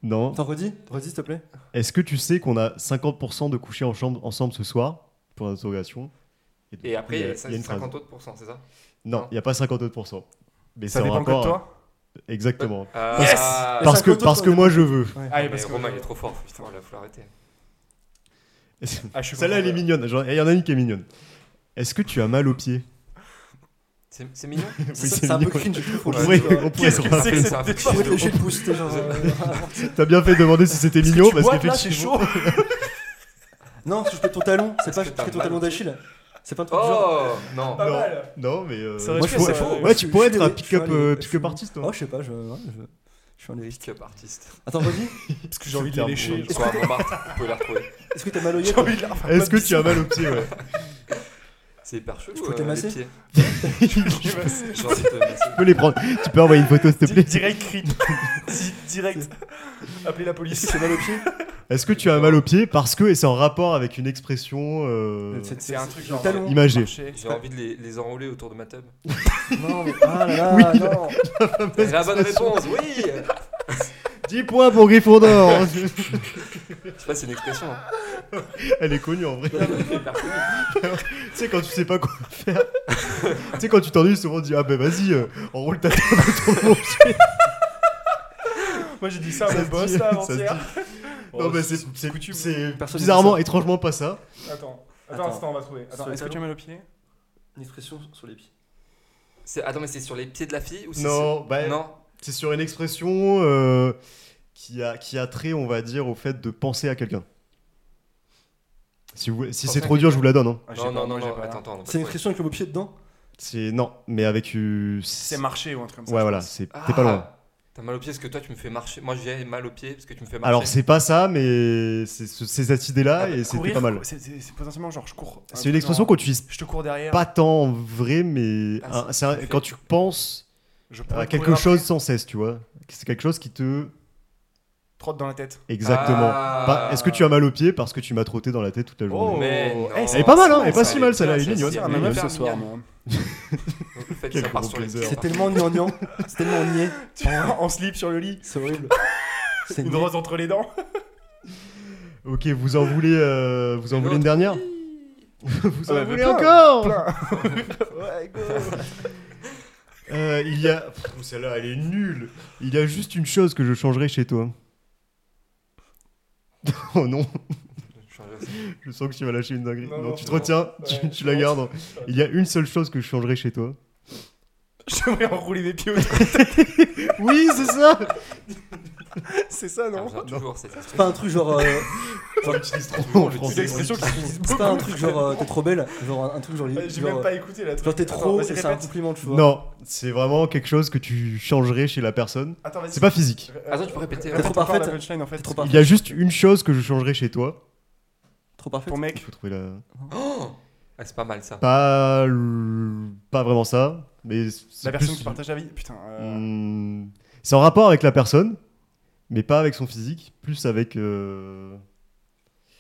A: Non.
D: Attends, redis, redis s'il te plaît.
A: Est-ce que tu sais qu'on a 50% de coucher en chambre- ensemble ce soir Pour l'interrogation. donc,
B: Et après,
A: il y a-
B: ça,
A: il y a une
B: c'est
A: phrase.
B: 50 autres pourcents, c'est ça
A: Non, il n'y a pas 50%. Mais c'est
C: Ça
A: en
C: dépend que de
A: rapport à-
C: toi Bah,
A: Exactement.
D: Yes
B: Ah,
A: Parce que,
D: 50%
A: parce que moi je veux.
C: Ah,
B: mais
C: parce que-
B: Romain, il est trop fort, putain, il faut l'arrêter.
C: Ah, je suis
A: Celle-là elle est
C: content.
A: mignonne. Genre, Il y en a une qui est mignonne. Est-ce que tu as mal aux pieds
B: C'est c'est mignon
A: Oui,
D: C'est-
A: c'est
D: c'est un peu
A: mignon.
D: cringe. je trouve,
A: On
D: là,
A: pourrait,
D: tu vois.
A: on pourrait
C: Qu'est-ce
A: se
C: que c'est
A: rappeler.
C: que
B: C'est un
C: cette
B: peu
D: Je
C: défense
D: vais
B: chiant.
D: te
C: de
D: lécher le pouce, t'es genre. euh,
A: T'as bien fait de demander si c'était mignon
C: Tu
A: parce
C: bois, là, c'est
A: qu'effectivement.
C: chaud.
D: Non, si je pète ton talon, c'est
B: Est-ce
D: pas
B: que
D: je
B: t'as
D: pète ton
B: mal
D: talon
B: au pied
D: d'Achille. C'est pas un truc du genre.
B: Oh Non
D: Pas
A: Non.
D: mal.
A: Non, mais. euh,
C: Ça aurait
A: moi,
C: pu
A: je
C: être
A: pourrais-
C: ça.
A: ouais,
D: Ouais,
A: tu
D: je-
A: pourrais
D: je
A: être
D: suis
A: un
D: allé-
A: pick-up
D: je suis allé-
A: euh,
D: je suis
A: pick-up
D: allé-
A: artiste,
D: Oh,
A: toi.
D: je sais pas, je. ouais, je... Je suis un légiste.
B: Pick-up artiste.
D: Attends, redis,
C: Parce que j'ai envie de
A: C'est
C: les
A: un
C: lécher.
A: bon-
B: Sur un bombard, vous pouvez la retrouver.
D: est-ce que t'as mal au
C: J'ai
D: yeux, toi
C: envie de la refaire.
A: Est-ce que tu as mal au pied ouais
B: C'est hyper chelou.
D: Tu peux te
B: euh,
D: masser
B: les pieds.
A: Tu
B: J'ai envie de te masser.
A: peux les prendre. Tu peux envoyer une photo, s'il te
C: Di-
A: plaît.
C: Direct cri. Di- Direct. Appelez la police. C'est mal au pied.
A: Est-ce que tu as mal au pied parce que et c'est en rapport avec une expression euh,
D: C'est-
C: C'est un truc
D: le
C: genre.
D: talon.
A: imagée
B: J'ai envie de les, les enrouler autour de ma tub.
D: Non, mais- ah là là, non.
B: C'est la bonne réponse, oui
A: 10 points pour Gryffondor.
B: Je sais pas, c'est une expression. hein.
A: Elle est connue en vrai.
B: C'est hyper chelou.
A: Tu sais quand tu sais pas quoi faire. tu sais quand tu t'ennuies, souvent on dit ah ben vas-y, euh, enroule ta tête autour de mon pied.
C: Moi j'ai dit ça à
A: Ça
C: mon
A: se
C: boss
A: dit,
C: là
A: ça se
C: avant-hier.
A: Non mais c'est c'est-
C: Oh, coutume.
A: c'est
D: Personne dit
A: bizarrement,
D: ça.
A: étrangement pas ça.
C: Attends. Attends,
D: Attends.
C: attends, on va trouver.
D: Sur
C: Attends,
D: le
C: est-ce que
D: talon.
C: tu as mal au pied
D: Une expression sur les pieds.
B: C'est- Attends, mais c'est sur les pieds de la fille ou c'est
A: Non,
B: sur-
A: bah,
B: Non
A: c'est sur une expression euh, qui a qui a trait, on va dire, au fait de penser à quelqu'un. Si, vous- si
B: Penser
A: c'est
B: à
A: trop dur, je vous la donne. hein.
C: Ah, j'ai
B: Non,
C: pas,
B: non, non,
C: moi, j'ai
B: non,
C: pas.
B: attends, attends. on va
D: C'est une
B: trouver.
D: expression avec le mot pied dedans
A: C'est non, mais avec euh,
C: C'est marché ou un truc comme ça.
A: Ouais
C: je
A: voilà,
C: pense.
A: c'est t'es pas loin.
B: Ah, T'as mal aux pieds parce que toi tu me fais marcher. Moi j'ai mal aux pieds parce que tu me fais marcher.
A: Alors c'est pas ça, mais c'est ce- c'est cette idée-là
C: Ah,
A: et c'était
C: courir,
A: pas mal.
C: cou- C'est c'est- c'est potentiellement genre je cours.
A: C'est une expression
C: que
A: qu'on utilise
C: Je te cours derrière.
A: pas tant en vrai, mais
B: Ah,
A: un- c'est un-
B: c'est
A: quand
B: fait.
A: tu penses
C: Je
A: à
C: pourrais
A: Ah, quelque
C: courir après,
A: chose sans cesse, tu vois. C'est quelque chose qui te
C: Trotte dans la tête.
A: exactement.
B: Ah.
A: Pas- Est-ce que tu as mal aux pieds parce que tu m'as trotté dans la tête toute la journée
B: Mais non.
C: Eh,
A: Elle est pas mal, hein,
B: Ouais,
A: elle est pas
B: ça,
A: si
B: elle
A: mal
B: est
A: celle-là.
B: bien,
A: Elle est mignonne.
B: celle-ci, elle
C: C'est
B: est
C: un
A: elle est
B: mignonne.
A: mignonne. hein.
C: meuf
B: hyper
C: ce soir,
B: mignonne.
C: moi.
B: Donc, le fait que
A: Quel
B: ça part
A: gros
B: sur les
A: plaisir.
B: pieds.
D: C'est tellement gnangnan, c'est tellement niais.
C: en slip sur le lit.
D: C'est horrible. C'est
C: Une
D: niais.
C: rose entre les dents.
A: Ok, vous en voulez, euh, vous en
B: Une
A: voulez une
B: autre.
A: dernière Vous
C: Ah
A: en
C: bah,
A: voulez
C: plein,
A: encore
C: Plein. Ouais, go.
A: Euh, Il y a Pff, celle-là, elle est nulle. Il y a juste une chose que je changerais chez toi. Oh non,
B: Je changerai aussi.
A: je sens que tu vas lâcher une dinguerie.
C: Non,
A: Non,
C: non,
A: tu te
C: c'est bon.
A: retiens, tu-
C: Ouais,
A: tu
C: je
A: la
C: pense.
A: gardes. Il y a une seule chose que je changerais chez toi.
C: J'aimerais enrouler mes pieds autour.
A: Oui, c'est ça
C: C'est ça,
B: Ah,
C: non
B: j'en ai toujours cette
D: C'est
B: expression.
D: pas un truc genre. euh,
A: On l'utilise trop
B: Toujours,
A: en
B: je
A: français.
C: Une expression qui se dit
D: C'est pas un truc genre euh, t'es trop belle, genre un un truc genre.
C: Euh,
D: les-
C: J'ai
D: genre,
C: même pas écouté la
D: Genre
C: truc.
D: t'es
C: Attends,
D: trop,
C: vas-y,
D: c'est un
C: répète.
D: compliment, tu vois.
A: Non, c'est vraiment quelque chose que tu changerais chez la personne.
C: Attends, vas-y.
A: C'est pas physique.
C: Euh,
B: Attends, tu peux répéter.
D: T'es trop
C: encore
D: parfaite.
C: la punchline, en fait.
D: T'es trop parfaite.
A: Il y a juste une chose que je changerais chez toi.
D: Trop parfait.
C: Pour
A: Il
C: mec.
A: faut trouver la...
B: Oh Ah, c'est pas mal ça.
A: Pas... le- pas vraiment ça, mais... c'est
C: La personne
A: plus-
C: qui partage la vie. Putain. euh,
A: Hmm, C'est en rapport avec la personne, mais pas avec son physique, plus avec... euh,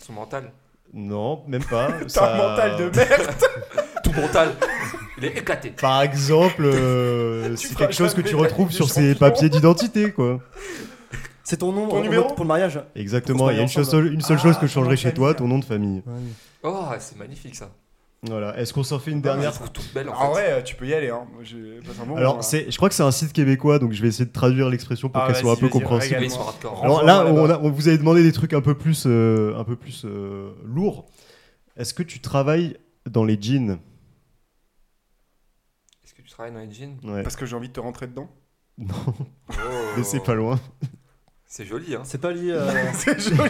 B: Son mental.
A: Non, même pas.
C: T'as
A: ça-
C: un mental de merde.
B: Tout mental. Il est éclaté.
A: Par exemple, euh, c'est
C: Tu feras
A: quelque chose que
C: jamais
A: tu
C: la
A: retrouves
C: vie
A: sur
C: des
A: ses
C: champignons.
A: papiers d'identité, quoi.
D: C'est ton nom
C: Ton
D: en- en
C: numéro
D: note pour le mariage.
A: Exactement, il y a une,
D: ensemble.
A: chose- une seule
C: Ah,
A: chose que je
C: ton nom
A: changerais
C: de
A: chez toi,
C: famille.
A: ton nom de famille.
B: Oh, c'est magnifique ça.
A: Voilà, est-ce qu'on s'en fait une
C: Bah,
B: Je la
A: dernière Ah
B: trouve toute belle en,
C: En
B: fait.
C: vrai, euh, tu peux y aller. Hein. Moi, j'ai passé un bon moment,
A: Alors,
C: là.
A: c'est, je crois que c'est un site québécois, donc je vais essayer de traduire l'expression pour
C: euh. Ah,
A: qu'elle soit un
C: vas-y,
A: peu
C: vas-y,
A: compréhensible.
B: Mais ils
C: Également.
B: sont hardcore.
A: Alors
C: Renvoie-moi
A: là,
C: là-bas.
A: on, a- on vous avait demandé des trucs un peu plus, euh, un peu plus euh, lourds. Est-ce que tu travailles dans les jeans
B: Est-ce que tu travailles dans les jeans
A: Ouais.
C: hein. Parce que j'ai envie de te rentrer dedans.
A: Non,
B: Oh.
A: mais c'est pas loin.
B: C'est joli, hein.
D: C'est pas lié. euh,
C: C'est joli.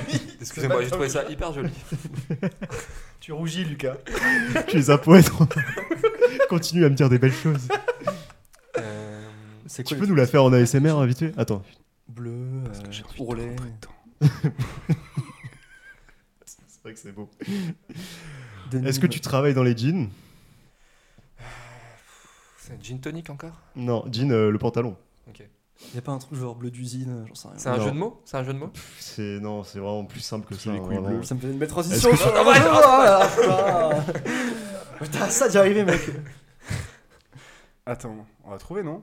B: Excusez-moi,
C: pas
B: j'ai
C: top.
B: trouvé ça hyper joli.
C: Tu rougis, Lucas.
A: tu les as pour être. Continue à me dire des belles choses.
B: Euh,
D: C'est
A: Tu
D: quoi
A: peux nous la faire en ASMR, invité Attends.
D: Bleu,
C: Parce que j'ai envie de te
D: roulé.
C: rentrer dedans.
A: C'est vrai que c'est beau. Est-ce que tu travailles dans les jeans
B: C'est un gin tonic encore
A: Non, jean, euh, le pantalon.
D: Y'a pas un truc genre bleu d'usine, j'en sais rien.
B: C'est un
A: Non.
B: jeu de mots C'est un jeu de mots
A: C'est non, c'est vraiment plus simple que ça.
C: les couilles
A: vraiment.
C: bleues.
D: Ça me faisait une belle transition.
A: Ah, Est-ce
D: sur- Ah, ah, ah. Putain, ça, j'y arrivais, mec.
C: Attends, on va trouver, non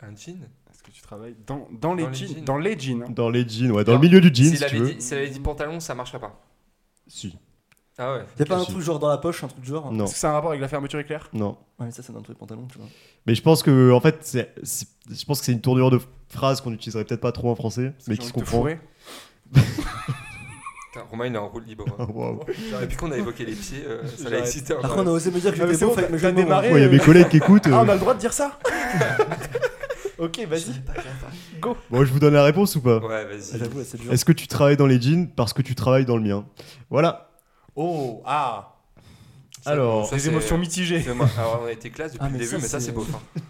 B: Un jean
C: Est-ce que tu travailles dans, dans les
B: Dans les
C: jeans,
B: jeans.
C: Dans les jeans.
A: Dans les jeans, ouais, dans
B: Non,
A: le milieu du jean, si
B: S'il
A: tu
B: avait,
A: veux.
B: dit- s'il avait dit pantalon, ça marcherait pas.
A: Si.
B: Ah ouais.
D: Y'a pas un
A: Si.
D: truc genre dans la poche, un truc du genre.
A: Non,
C: Est-ce que c'est un rapport avec la fermeture éclair
A: non.
D: Ouais, mais ça, c'est dans tous les pantalons, tu vois.
A: Mais je pense que en fait, c'est- c'est- je pense que c'est une tournure de phrase qu'on n'utiliserait peut-être pas trop en français, mais qui se comprend.
B: Putain, Romain, il est en roue libre.
A: Ah,
B: hein.
A: waouh.
B: Depuis qu'on a évoqué les pieds, euh, ça l'a
C: J'arrête.
B: excité. un peu.
D: Après, on a osé me dire que
C: Ah, mais
D: j'étais
C: c'est
D: beau,
C: bon,
D: fallait que
C: t'as-
D: je
C: t'as
D: nomme,
C: démarré.
A: Ouais, Il y a mes collègues qui écoutent.
C: Ah,
A: euh,
C: on a le droit de dire ça Ok, vas-y.
A: Bon, je vous donne la réponse ou pas
B: Ouais,
D: hein.
B: vas-y.
D: J'avoue, c'est dur.
A: Est-ce que tu travailles dans les jeans parce que tu travailles dans le mien Voilà.
C: Oh, ah
B: Ça,
A: Alors,
B: bon, ça,
C: Des
B: c'est-
C: émotions mitigées.
B: c'est moi. Alors, on a été classe depuis
D: Ah,
B: le
D: mais
B: début,
D: ça,
B: mais ça,
D: c'est-
B: c'est beau. hein.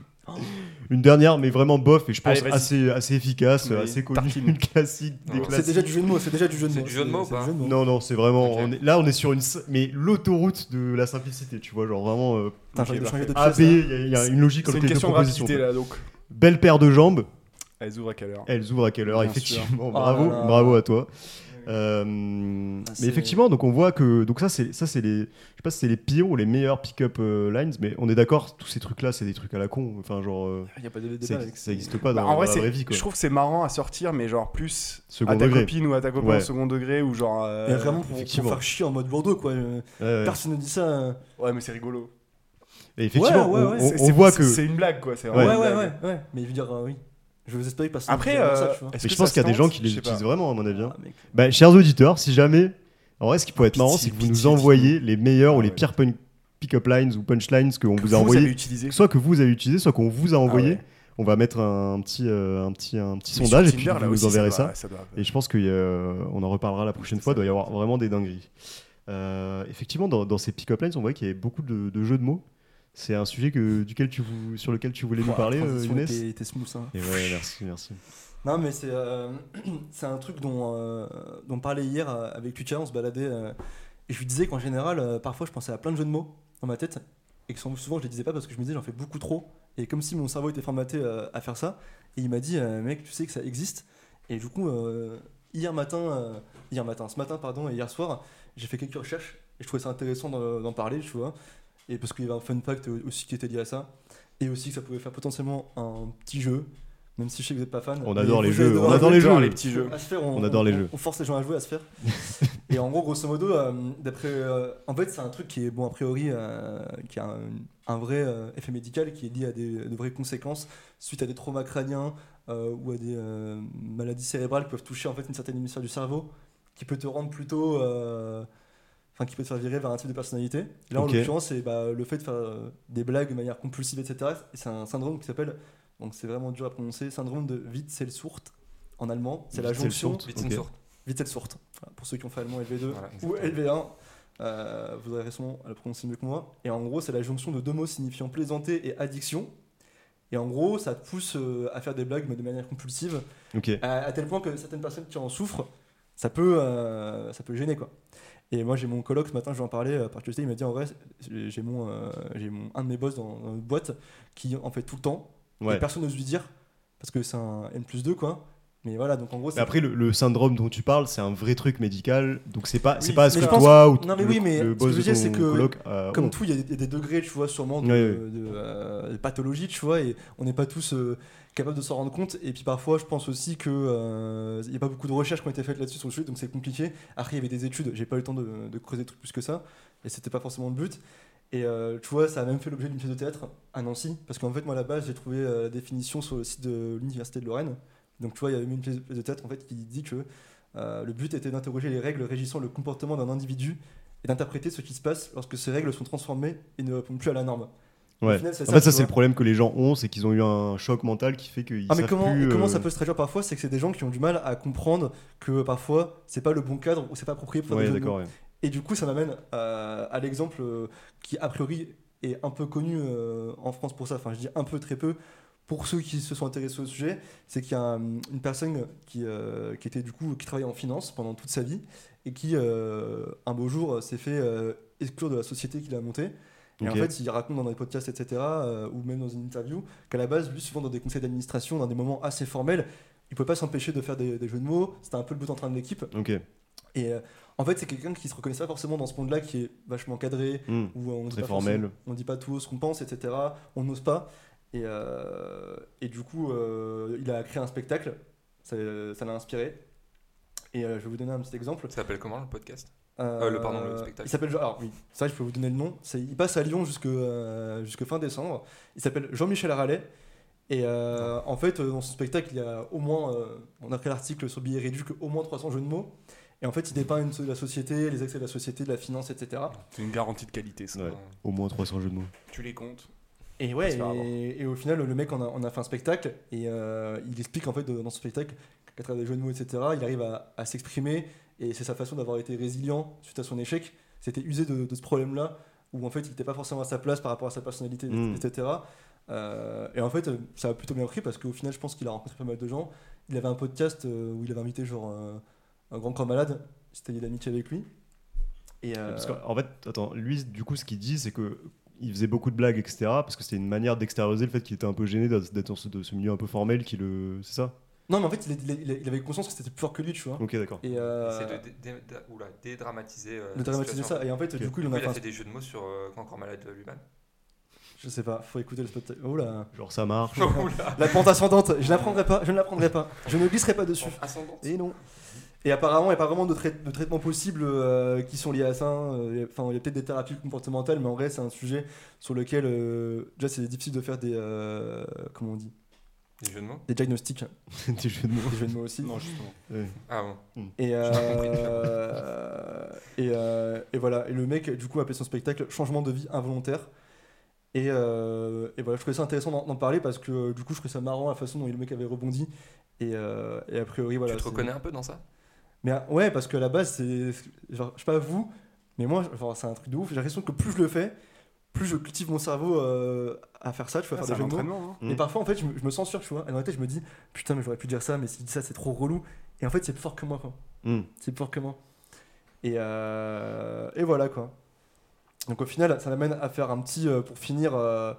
A: Une dernière, mais vraiment bof, et je pense
C: Allez, vas-y.
A: assez, assez efficace,
C: Oui,
A: assez connue,
C: tartine.
A: une classique des
B: Non.
A: classiques.
D: C'est déjà du jeu de mots, c'est déjà du jeu de
B: C'est
D: mots.
B: du jeu de mots ou
D: c'est du
B: pas
D: jeu de mots.
A: Non, non, c'est vraiment.
B: Ok.
A: on est- là, on est sur une. s- Mais l'autoroute de la simplicité, tu vois, genre vraiment. euh,
D: Putain, j'ai changé de
A: AP,
D: pièce, là.
A: il y, a- il y a une logique
C: Ah,
A: entre
C: C'est une
A: les deux
C: question de
A: propositions.
C: rapidité là donc.
A: Belle paire de jambes,
C: Elles ouvrent à quelle heure
A: elles ouvrent à quelle heure
C: Bien
A: Effectivement,
D: Oh
A: bravo,
D: là là.
A: bravo à toi.
C: Ah,
A: Euh, mais
D: c'est-
A: effectivement, donc on voit que donc ça c'est ça c'est les je sais pas si c'est les pires ou les meilleurs pick-up euh, lines, mais on est d'accord, tous ces trucs là c'est des trucs à la con, enfin genre euh,
D: Il n'y a pas de débat
A: ça
D: avec
A: ça existe pas
C: Bah,
A: dans,
C: en
A: ben, dans
C: vrai,
A: la
C: c'est-
A: vraie vie quoi.
C: je trouve Ah, que c'est marrant à sortir, mais genre plus
A: Second
C: à ta
A: degré.
C: copine ou à ta copain
A: Ouais.
C: au second degré ou genre. euh,
D: Mais vraiment pour, pour
A: effectivement.
D: faire chier en mode Bordeaux quoi. euh,
A: Ouais, ouais.
D: Personne ne dit ça. euh.
C: Ouais, mais c'est rigolo.
A: Et effectivement,
D: ouais,
A: on-
D: ouais,
A: on,
C: C'est-
A: on
C: c'est-
A: voit
C: c'est-
A: que
C: C'est une blague quoi. c'est
D: Ouais
A: Ouais.
C: vraiment
D: ouais
C: une
D: ouais,
C: blague.
D: ouais Mais il veut dire euh, oui. Je vous espère que personne ne dit
C: Après,
D: jamais
C: euh,
D: ça, tu vois.
C: est-ce
A: mais
C: que
A: je pense
C: ça
A: qu'il y a
C: se
A: des gens
C: tente
A: qui les
C: Je sais pas.
A: utilisent vraiment à mon avis. hein.
D: Ah, mec.
A: Bah, chers auditeurs, si jamais, en vrai, ce qui pourrait être marrant,
C: Pitié,
A: c'est que vous nous
C: pitié,
A: envoyez les meilleurs
C: Ah
A: ou les
C: ouais.
A: pires pun- pick-up lines ou punchlines qu'on vous a
C: Vous avez
A: envoyé,
C: utilisé.
A: soit que vous avez utilisé, soit qu'on
D: Ah
A: vous a envoyé.
C: ouais.
A: On va mettre un petit, euh, un petit, un petit
C: Mais sur
A: sondage et puis
C: Tinder, là
A: vous nous
C: aussi,
A: enverrez
C: doit-
A: ça.
C: doit-
A: Et je pense qu'on en reparlera la prochaine
C: C'est
A: fois.
C: ça.
A: Il doit y avoir vraiment des dingueries. Euh, effectivement, dans, dans ces pick-up lines, on voit qu'il y avait beaucoup de, de jeux de mots. C'est un sujet que, duquel tu, vou- sur lequel tu voulais nous
D: Ouah,
A: parler,
D: la
A: euh,
D: transition
A: Younes.
D: était- était smooth, hein.
A: Et ouais, merci, merci.
D: Non, mais c'est euh, c'est un truc dont, euh, dont on parlait hier euh, avec Lucas, on se baladait. euh, et je lui disais qu'en général, euh, parfois, je pensais à plein de jeux de mots dans ma tête. Et que sans- souvent, je les disais pas parce que je me disais, j'en fais beaucoup trop. Et comme si mon cerveau était formaté euh, à faire ça. Et il m'a dit, euh, mec, tu sais que ça existe. Et du coup, euh, hier matin, euh, hier matin, ce matin, pardon, et hier soir, j'ai fait quelques recherches. Et je trouvais ça intéressant d'en d'en parler, tu vois. Et parce qu'il y avait un fun fact aussi qui était lié à ça. Et aussi que ça pouvait faire potentiellement un petit jeu. Même si je sais que vous n'êtes pas fan.
A: On
D: Mais
A: adore les
D: vous allez
A: jeux, on
D: devoir-
A: adore les jeux.
C: les petits jeux.
D: Ah, à se faire, on,
A: On adore les
D: on-
A: jeux.
D: On force les gens à jouer à se faire. et en gros, grosso modo, euh, d'après. euh, en fait, c'est un truc qui est, bon, a priori, euh, qui a un, un vrai euh, effet médical qui est lié à des, de vraies conséquences suite à des traumas crâniens euh, ou à des euh, maladies cérébrales qui peuvent toucher en fait une certaine hémisphère du cerveau qui peut te rendre plutôt. euh, Enfin, qui peut te faire virer vers un type de personnalité. Et là,
A: Ok.
D: en l'occurrence, c'est bah, le fait de faire euh, des blagues de manière compulsive, etc. Et c'est un syndrome qui s'appelle, donc c'est vraiment dur à prononcer, syndrome de Witzelsurt en allemand. C'est la jonction
A: Witzelsurt.
B: Vite, une
A: Ok.
B: sourde.
D: Witzelsurt. Voilà, Pour ceux qui ont fait allemand LV2
B: Voilà,
D: ou
B: exactement.
D: LV1, euh, vous aurez raison à le prononcer mieux que moi. Et en gros, c'est la jonction de deux mots signifiant plaisanter et addiction. Et en gros, ça te pousse euh, à faire des blagues, mais de manière compulsive,
A: Ok.
D: à, à tel point que certaines personnes qui en souffrent, ça peut, euh, ça peut gêner quoi. Et moi, j'ai mon coloc ce matin, je lui en parlais euh, par curiosité. Il m'a dit en vrai, j'ai j'ai mon, euh, j'ai mon, un de mes boss dans, dans une boîte qui en fait tout le temps. Et
A: Ouais.
D: personne n'ose lui dire parce que c'est un N plus 2 quoi. Mais voilà, donc en gros,
A: Mais après, le, le syndrome dont tu parles, c'est un vrai truc médical, donc c'est pas, c'est
D: Oui,
A: pas ce
D: mais
A: que
D: je pense
A: toi ou
D: non, mais
A: le,
D: oui, mais
A: le boss
D: ce que je
A: de
D: veux dire, c'est
A: ton
D: que
A: coloc, euh,
D: comme
A: ont.
D: tout, il y, a des- des degrés, tu vois, sûrement de,
A: Ouais, ouais.
D: de, euh, de pathologie, tu vois, et on n'est pas tous euh, capables de s'en rendre compte. Et puis parfois, je pense aussi que euh, il n'y a pas beaucoup de recherches qui ont été faites là-dessus sur le sujet, donc c'est compliqué. Après, il y avait des études, j'ai pas eu le temps de, de creuser des trucs plus que ça, et c'était pas forcément le but. Et euh, tu vois, ça a même fait l'objet d'une pièce de théâtre à Nancy, parce qu'en fait, moi, à la base, j'ai trouvé euh, la définition sur le site de l'Université de Lorraine. Donc tu vois, il y avait même une pièce pièce de théâtre en fait qui dit que euh, le but était d'interroger les règles régissant le comportement d'un individu et d'interpréter ce qui se passe lorsque ces règles sont transformées et ne répondent plus à la norme.
A: Ouais.
D: Au final, c'est
A: En fait, ça,
D: tu
A: c'est le
D: vois.
A: problème que les gens ont, c'est qu'ils ont eu un choc mental qui fait qu'ils
D: Ah mais
A: savent
D: comment,
A: plus,
D: et comment
A: euh,
D: ça peut se traduire parfois, c'est que c'est des gens qui ont du mal à comprendre que parfois c'est pas le bon cadre ou c'est pas approprié pour faire
A: Ouais,
D: des jeux de mots.
A: d'accord. ouais.
D: Et du coup, ça m'amène euh, à l'exemple euh, qui, a priori, est un peu connu euh, en France pour ça. Enfin, je dis un peu, très peu. Pour ceux qui se sont intéressés au sujet, c'est qu'il y a hum, une personne qui, euh, qui était du coup qui travaillait en finance pendant toute sa vie et qui euh, un beau jour euh, s'est fait euh, exclure de la société qu'il a montée. Et
A: Ok.
D: en fait, il raconte dans des podcasts, etc., euh, ou même dans une interview, qu'à la base, lui, souvent dans des conseils d'administration, dans des moments assez formels, il pouvait pas s'empêcher de faire des, des jeux de mots. C'était un peu le bout en train de l'équipe.
A: Ok.
D: Et euh, en fait, c'est quelqu'un qui se reconnaît pas forcément dans ce monde-là, qui est vachement cadré,
A: Hmm.
D: où euh, on dit
A: Très
D: pas
A: formel.
D: forcément- on dit pas tout haut ce qu'on pense, etc. On n'ose pas. Et, euh, et du coup, euh, il a créé un spectacle. Ça ça l'a inspiré. Et euh, je vais vous donner un petit exemple.
B: Ça s'appelle comment le podcast
D: Euh,
B: le- pardon, le spectacle.
D: Il s'appelle. Alors oui, ça, je peux vous donner le nom. C'est- il passe à Lyon jusque euh, jusque fin décembre. Il s'appelle Jean-Michel Aralet. Et
B: Ah.
D: euh, en fait, euh, dans son spectacle, il y a au moins, euh, on a pris l'article sur Billet Réduit, au moins 300 jeux de mots. Et en fait, il dépeint une- la société, les accès de la société, de la finance, etc.
C: C'est une garantie de qualité ça.
A: Ouais. Au moins 300 jeux de mots.
C: Tu les comptes.
D: Et
C: Pas
D: ouais,
C: se faire avoir.
D: et, et au final, le mec, on a, on a fait un spectacle, et euh, il explique en fait de- dans ce spectacle qu'à travers des jeux de mots, etc., il arrive à, à s'exprimer, et c'est sa façon d'avoir été résilient suite à son échec. C'était usé de, de ce problème-là, où en fait il n'était pas forcément à sa place par rapport à sa personnalité,
A: Mm.
D: etc. Euh, et en fait, euh, ça a plutôt bien pris parce qu'au final, je pense qu'il a rencontré pas mal de gens. Il avait un podcast euh, où il avait invité genre euh, un grand corps malade, c'était lié d'amitié avec lui. Et euh,
A: Parce qu'en en fait, attends, lui, du coup, ce qu'il dit, c'est que il faisait beaucoup de blagues, etc. Parce que c'était une manière d'extérioriser le fait qu'il était un peu gêné d'être d'être dans ce, de ce milieu un peu formel qui le. C'est ça
D: non, mais en fait, il, il- il- il avait conscience que c'était plus fort que lui, tu vois.
A: Ok, d'accord.
D: Et, euh,
B: C'est de dé- dé- dé- oula, dédramatiser. euh,
D: de
B: la
D: dramatiser
B: situation.
D: ça. Et en fait, du
A: Ok.
D: coup, il en
B: Du coup,
D: a
B: Il
D: fait.
B: a
D: un-
B: fait des jeux de mots sur euh, Quand encore malade lui-même.
D: Je sais pas, faut écouter le spot. Oh là
A: Genre, ça marche.
B: Oula,
D: La pente ascendante, je l'apprendrai pas, je ne l'apprendrai pas, je ne glisserai pas dessus.
B: ascendante.
D: Et non. Et apparemment, il n'y a pas vraiment de, trai- de traitements possibles euh, qui sont liés à ça. euh, il y a- Enfin, il y a peut-être des thérapies comportementales, mais en vrai, c'est un sujet sur lequel euh, déjà c'est difficile de faire des euh, comment on dit
B: Des jeux de mots
D: des diagnostics. hein.
A: Des jeux de mots.
D: Des jeux de mots aussi.
C: Non, justement.
A: Ouais.
B: Ah bon.
D: Et, euh, et, euh, et voilà, et le mec du coup appelait son spectacle Changement de vie involontaire. Et, euh, et voilà, je trouvais ça intéressant d'en d'en parler parce que du coup je trouvais ça marrant la façon dont le mec avait rebondi. Et, euh, et a priori, voilà.
B: Tu te
D: c'est-
B: reconnais un peu dans ça
D: Mais euh, ouais, parce que à la base, c'est. Genre, je sais pas vous, mais moi, genre, c'est un truc de ouf. J'ai l'impression que plus je le fais, plus je cultive mon cerveau euh, à faire ça, tu vois, à
C: Ah,
D: faire
C: C'est
D: des
C: un
D: jeux de mots.
C: entraînement. hein.
A: Mm.
D: Et parfois, en fait, je me, je me censure, tu vois. Et dans la tête, je me dis, putain, mais j'aurais pu dire ça, mais si je dis ça, c'est trop relou. Et en fait, c'est plus fort que moi, quoi.
A: Hmm.
D: C'est plus fort que moi. Et, euh, et voilà, quoi. Donc, au final, ça m'amène à faire un petit. euh, pour finir. euh,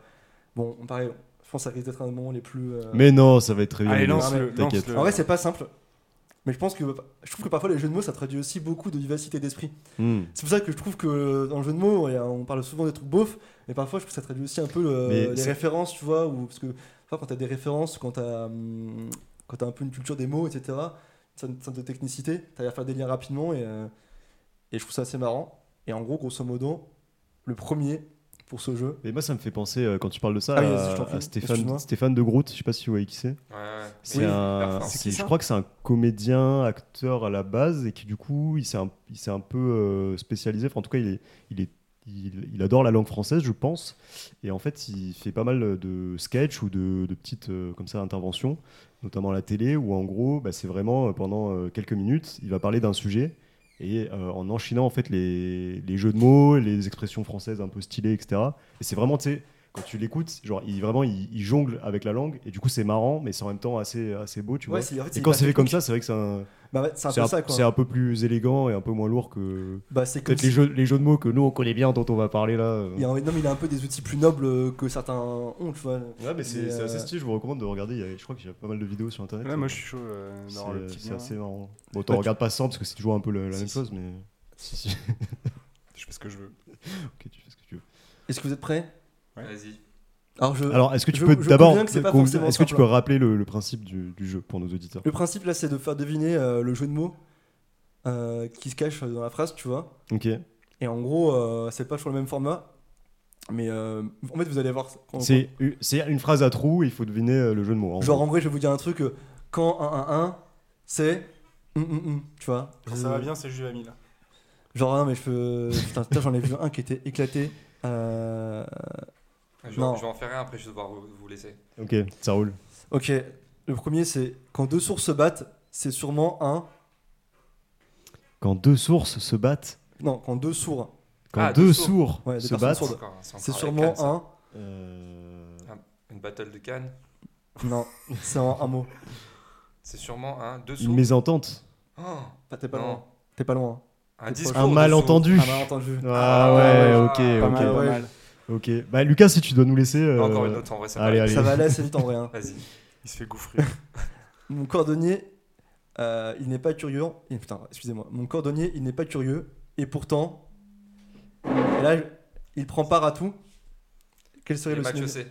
D: bon, pareil, je pense que ça risque d'être un des moments les plus. euh,
A: Mais non, ça va être très bien.
C: Allez,
A: les gars.
C: lance-le.
A: hein. T'inquiète.
C: lance-le.
D: En vrai, c'est pas simple. Mais je pense que. Je trouve que parfois, les jeux de mots, ça traduit aussi beaucoup de vivacité d'esprit.
A: Hmm.
D: C'est pour ça que je trouve que dans le jeu de mots, il y a- on parle souvent des trucs beaufs, mais parfois je trouve que ça traduit aussi un peu le-
A: Mais
D: les
A: c'est-
D: références, tu vois, ou parce que parfois quand t'as des références, quand t'as hum, quand t'as un peu une culture des mots, etc. une sorte de technicité, t'arrives à faire des liens rapidement et euh, et je trouve ça assez marrant. Et en gros, grosso modo, le premier pour ce jeu.
A: Mais moi, ça me fait penser, euh, quand tu parles de ça,
D: Ah oui, vas-y, je t'en
A: à,
D: prie.
A: à
D: Excuse-moi.
A: Stéphane, Stéphane de Groot. Je sais pas si vous voyez qui c'est.
B: Ouais, ouais.
A: C'est
B: Mais-
A: un,
B: Enfin,
A: c'est-
C: c'est ça
A: je crois que c'est un comédien, acteur à la base, et qui du coup, il s'est un, il s'est un peu euh, spécialisé. Enfin, en tout cas, il est, il est, il, il adore la langue française, je pense. Et en fait, il fait pas mal de sketchs ou de, de petites euh, comme ça interventions, notamment à la télé, où en gros, bah, c'est vraiment euh, pendant euh, quelques minutes, il va parler d'un sujet. Et euh, en enchaînant en fait les, les jeux de mots, les expressions françaises un peu stylées, etc. Et c'est vraiment, tu sais, quand tu l'écoutes, genre, il, vraiment, il, il jongle avec la langue, et du coup, c'est marrant, mais c'est en même temps assez, assez beau, tu vois.
D: c'est en fait,
A: Et
D: c'est
A: quand
D: hyper
A: c'est fait comme ça,
D: technique.
A: c'est vrai que c'est un,
D: Bah ouais, c'est un
A: c'est
D: peu
A: un-
D: ça quoi.
A: c'est un peu plus élégant et un peu moins lourd que
D: Bah c'est comme
A: peut-être les
D: si-
A: jeux, les jeux de mots que nous on connaît bien, dont on va parler là. euh.
D: il y a, un- non mais il a un peu des outils plus nobles euh, que certains ont, tu vois.
A: Ouais, mais c'est
D: mais,
A: c'est assez
D: euh,
A: stylé, je vous recommande de regarder. il y a- je crois qu'il y a pas mal de vidéos sur internet.
C: Là, moi,
A: euh,
C: je suis chaud euh,
A: c'est-
C: d'avoir le petit
A: C'est
C: lien.
A: assez marrant. Bon, t'en
D: Ouais,
A: regardes pas sans parce que c'est toujours un peu le- la
C: Si,
A: même
C: si.
A: chose, mais. Si, si.
C: Je fais ce que je veux.
A: ok, tu fais ce que tu veux.
D: Est-ce que vous êtes prêts
B: Vas-y.
D: Alors je
A: Euh, Alors, est-ce que tu
D: je-
A: peux
D: je
A: d'abord.
D: conviens que c'est pas
A: con-
D: forcément
A: Est-ce que tu
D: simple.
A: peux rappeler le, le principe du, du jeu pour nos auditeurs
D: Le principe là, c'est de faire deviner euh, le jeu de mots euh, qui se cache dans la phrase, tu vois.
A: Ok.
D: Et en gros, euh, c'est pas sur le même format. Mais euh, en fait, vous allez voir. quand-
A: C'est u- c'est une phrase à trous, il faut deviner euh, le jeu de mots. en
D: Genre,
A: gros.
D: en vrai, je vais vous dire un truc. euh, Quand 1 1 1, c'est. hum, hum, hum, tu vois.
C: Quand ça va bien, c'est juste la mine.
D: Genre, hein, mais je peux. Putain, putain, j'en ai vu un qui était éclaté. Euh,
B: Je,
D: Non.
B: je vais en faire un après, je vais devoir vous, vous laisser.
A: Ok, ça roule.
D: Ok, le premier, c'est quand deux sources se battent, c'est sûrement un.
A: Quand deux sources se battent,
D: Non, quand deux sourds,
A: quand
B: Ah,
A: deux
B: deux
A: sourds
D: Ouais, deux
A: se
D: personnes
A: battent,
D: sourdes.
B: encore-
D: c'est
B: encore la
D: sûrement
B: canne, ça.
D: un.
A: euh,
B: Une battle de Cannes.
D: Non, c'est en un mot.
B: C'est sûrement un. Deux
A: une
B: sous.
A: mésentente,
B: Oh,
D: Ah, T'es pas
B: Non.
D: loin. T'es pas loin.
B: un
D: proche.
B: discours.
A: un
B: de
A: malentendu.
D: Ah, malentendu.
A: Ah ouais,
B: Ah,
A: ok,
B: pas
A: ok.
D: mal, ouais.
A: ok. Bah Lucas, si tu dois nous laisser.
B: sourds.
A: euh,
B: Encore une autre en vrai. Ça
A: allez,
B: va.
A: allez.
D: Ça va aller assez vite en vrai. hein.
B: Vas-y.
C: Il se fait gouffrer.
D: Mon cordonnier, euh, il n'est pas curieux. et- putain, excusez-moi. Mon cordonnier, il n'est pas curieux. Et pourtant, et là, il prend part à tout. Quel serait
B: Les
D: le
B: matchs
D: synonyme
B: EC.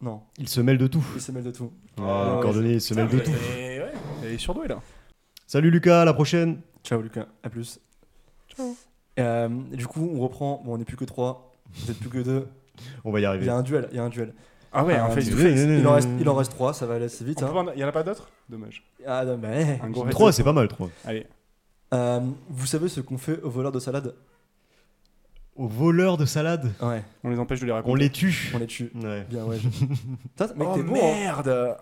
D: Non,
A: Il se mêle de tout.
D: il se mêle de tout.
A: Ouais,
B: Ah,
A: le
B: ouais,
A: cordonnier, il se mêle de tout.
C: Il est surdoué là.
A: Salut Lucas, à la prochaine.
D: Ciao Lucas, à plus.
C: Ciao.
D: Euh, du coup, on reprend. Bon, on n'est plus que trois. Vous êtes plus que deux.
A: On va y
D: Il
A: arriver.
D: y a un duel. Il y a un duel.
C: Ah ouais,
D: Ah,
C: en face
D: mais
C: to face.
D: Il en reste, il en reste trois. Ça va aller assez vite.
C: On
D: hein.
C: peut pas- Il y en a pas d'autres Dommage.
D: Ah non mais.
C: Un gros head-
A: 3, c'est pas mal, 3.
C: Allez.
D: Euh, vous savez ce qu'on fait aux voleurs de salade
A: Au voleur de salade,
D: Ouais.
C: On les empêche de les raconter.
A: on les tue.
D: On les tue.
A: Ouais.
D: Bien ouais. je- Putain, mec,
C: Oh
D: t'es bon. hein.
C: merde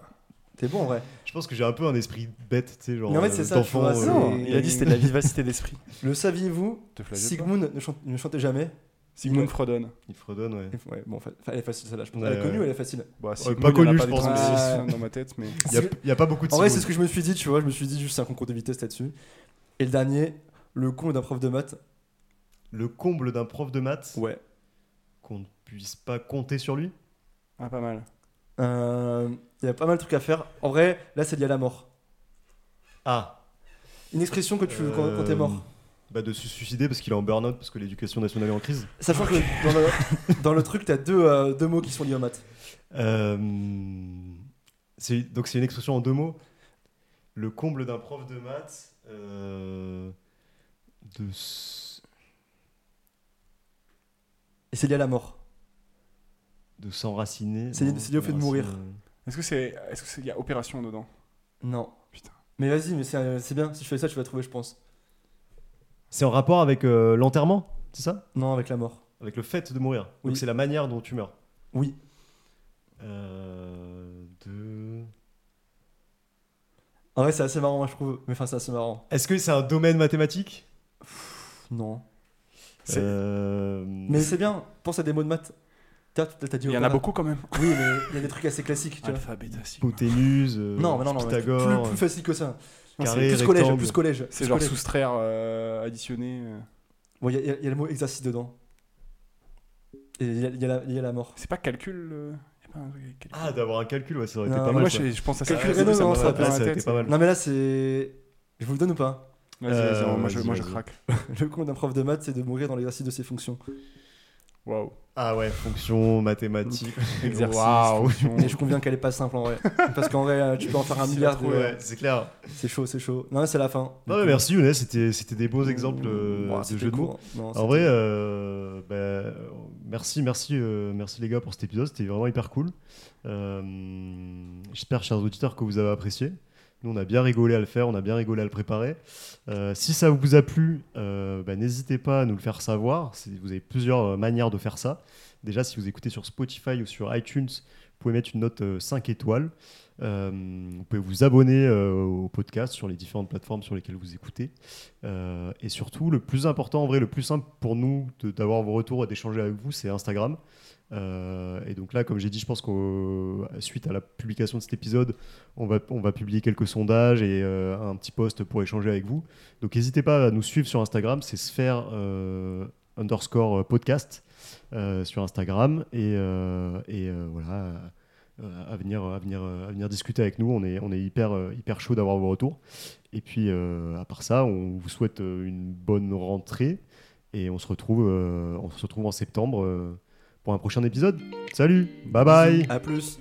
D: T'es bon en vrai.
A: Je pense que j'ai un peu un esprit bête, tu sais, genre.
D: Mais en fait, c'est
A: euh,
D: ça,
A: d'enfant,
D: tu vois,
A: euh,
D: c'est-
C: Il a dit c'était de la vivacité d'esprit.
D: Le saviez-vous
C: Te flagelle pas.
D: Sigmund ne, chan- ne chantait jamais.
C: Sigmund
D: Ouais.
C: Frodon.
A: Il fredonne, ouais.
D: Ouais, bon, fa- elle est facile, celle-là, je pense.
A: Ouais,
D: elle est connue
A: ouais.
D: ou elle est facile
C: Bah, Sigmund,
A: pas
C: il y en a
A: connu, je
C: de
A: pense,
C: tant
D: mais-
C: que ça dans ma tête, mais.
A: Il n'y a, pas beaucoup de
D: En vrai, c'est
A: Sigmund.
D: ce que je me suis dit, tu vois. Je me suis dit, juste c'est un concours de vitesse là-dessus. Et le dernier, le con d'un prof de maths.
A: Le comble d'un prof de maths,
D: Ouais.
A: qu'on ne puisse pas compter sur lui.
C: Ah, pas mal.
D: Euh, Il y a pas mal de trucs à faire. En vrai, là, c'est lié à la mort.
A: Ah
D: Une expression que tu veux quand, quand t'es mort.
A: Euh, bah de se suicider parce qu'il est en burn-out, parce que l'éducation nationale est en crise.
D: Sachant que dans le, dans le truc, t'as deux, euh, deux mots qui sont liés aux maths.
A: Euh, c'est- donc c'est une expression en deux mots. Le comble d'un prof de maths, euh, de s-
D: Et c'est lié à la mort.
A: de s'enraciner.
D: C'est-
A: non,
D: c'est lié au fait de
A: s'enraciner.
D: mourir.
C: Est-ce que c'est. Est-ce qu'il y a opération dedans
D: Non.
C: Putain.
D: Mais vas-y, mais c'est c'est bien. Si je fais ça, tu vas trouver, je pense.
A: C'est en rapport avec euh, l'enterrement, c'est ça
D: Non, avec la mort.
A: Avec le fait de mourir.
D: Oui.
A: Donc c'est la manière dont tu meurs.
D: Oui.
A: Euh, de...
D: En vrai, c'est assez marrant, moi, je trouve. Mais enfin, c'est assez marrant.
A: Est-ce que c'est un domaine mathématique
D: Non.
C: C'est-
A: Euh,
D: Mais c'est bien. Pense à des mots de maths. T'as t'as dit
C: Il y en a
D: opéra.
C: beaucoup quand même.
D: Oui, mais il y a des trucs assez classiques, tu vois.
C: Alpha, bêta, sigma.
A: Hypoténuse, euh,
D: Non, mais non, non, mais
A: Ah, Pythagore,
D: plus, plus facile que ça.
A: euh,
D: C'est
A: carré,
D: Plus collège,
A: rectangle.
D: plus collège.
C: C'est
D: plus
C: genre
D: collège.
C: soustraire, euh, additionner. euh.
D: Bon, il y, a- il y a le mot exercice dedans. Et il y, a- il y a la- il y a la mort.
C: C'est pas calcul. euh, y a pas un truc avec calcul. Bah,
A: Ah, d'avoir un calcul, ouais, ça aurait été
D: Non,
A: pas
D: moi,
A: mal.
C: Moi,
A: ça.
C: je, je pense à ça.
D: Calcul
C: Ouais,
D: rénal,
C: ça me
D: non, ça
C: va
D: a
C: dans
A: Ah,
C: la
A: ça aurait
C: tête.
A: été pas mal.
D: Non, mais là, c'est. Je vous le donne ou pas
C: Vas-y, vas-y,
A: Euh,
C: moi, je,
A: vas-y,
C: moi, je
A: vas-y.
C: craque.
D: Le compte d'un prof de maths, c'est de mourir dans l'exercice de ses fonctions.
C: Waouh.
A: Ah ouais, fonction, mathématiques,
C: Exercice.
A: Waouh.
C: fonction.
D: Mais je conviens qu'elle est pas simple en vrai. Parce qu'en vrai, euh, tu peux en faire un
A: C'est
D: milliard.
A: trop,
D: de-
A: ouais, c'est clair.
D: C'est chaud, c'est chaud. Non, mais c'est la fin.
A: Non, mais merci Younes, c'était c'était des beaux exemples euh,
D: Ouah,
A: de
D: c'était
A: jeux de mots.
D: court. Non,
A: En
D: c'était-
A: vrai, euh, bah, euh, merci, merci, euh, merci les gars pour cet épisode. C'était vraiment hyper cool. Euh, J'espère, chers auditeurs, que vous avez apprécié. Nous, on a bien rigolé à le faire, on a bien rigolé à le préparer. Euh, si ça vous a plu, euh, bah, n'hésitez pas à nous le faire savoir. C'est- Vous avez plusieurs euh, manières de faire ça. Déjà, si vous écoutez sur Spotify ou sur iTunes, vous pouvez mettre une note euh, 5 étoiles. Euh, vous pouvez vous abonner euh, au podcast sur les différentes plateformes sur lesquelles vous écoutez. Euh, et surtout, le plus important, en vrai, le plus simple pour nous de- d'avoir vos retours et d'échanger avec vous, c'est Instagram. Euh, et donc là, comme j'ai dit, je pense qu'au suite à la publication de cet épisode, on va, on va publier quelques sondages et euh, un petit post pour échanger avec vous. Donc n'hésitez pas à nous suivre sur Instagram, c'est sphère euh, underscore podcast euh, sur Instagram. Et, euh, et, euh, voilà, euh, à, venir, à, venir, à venir discuter avec nous. On est, on est hyper, euh, hyper chaud d'avoir vos retours. Et puis, euh, à part ça, on vous souhaite euh, une bonne rentrée et on se retrouve, euh, on se retrouve en septembre euh, pour un prochain épisode. Salut, bye bye.
D: À plus.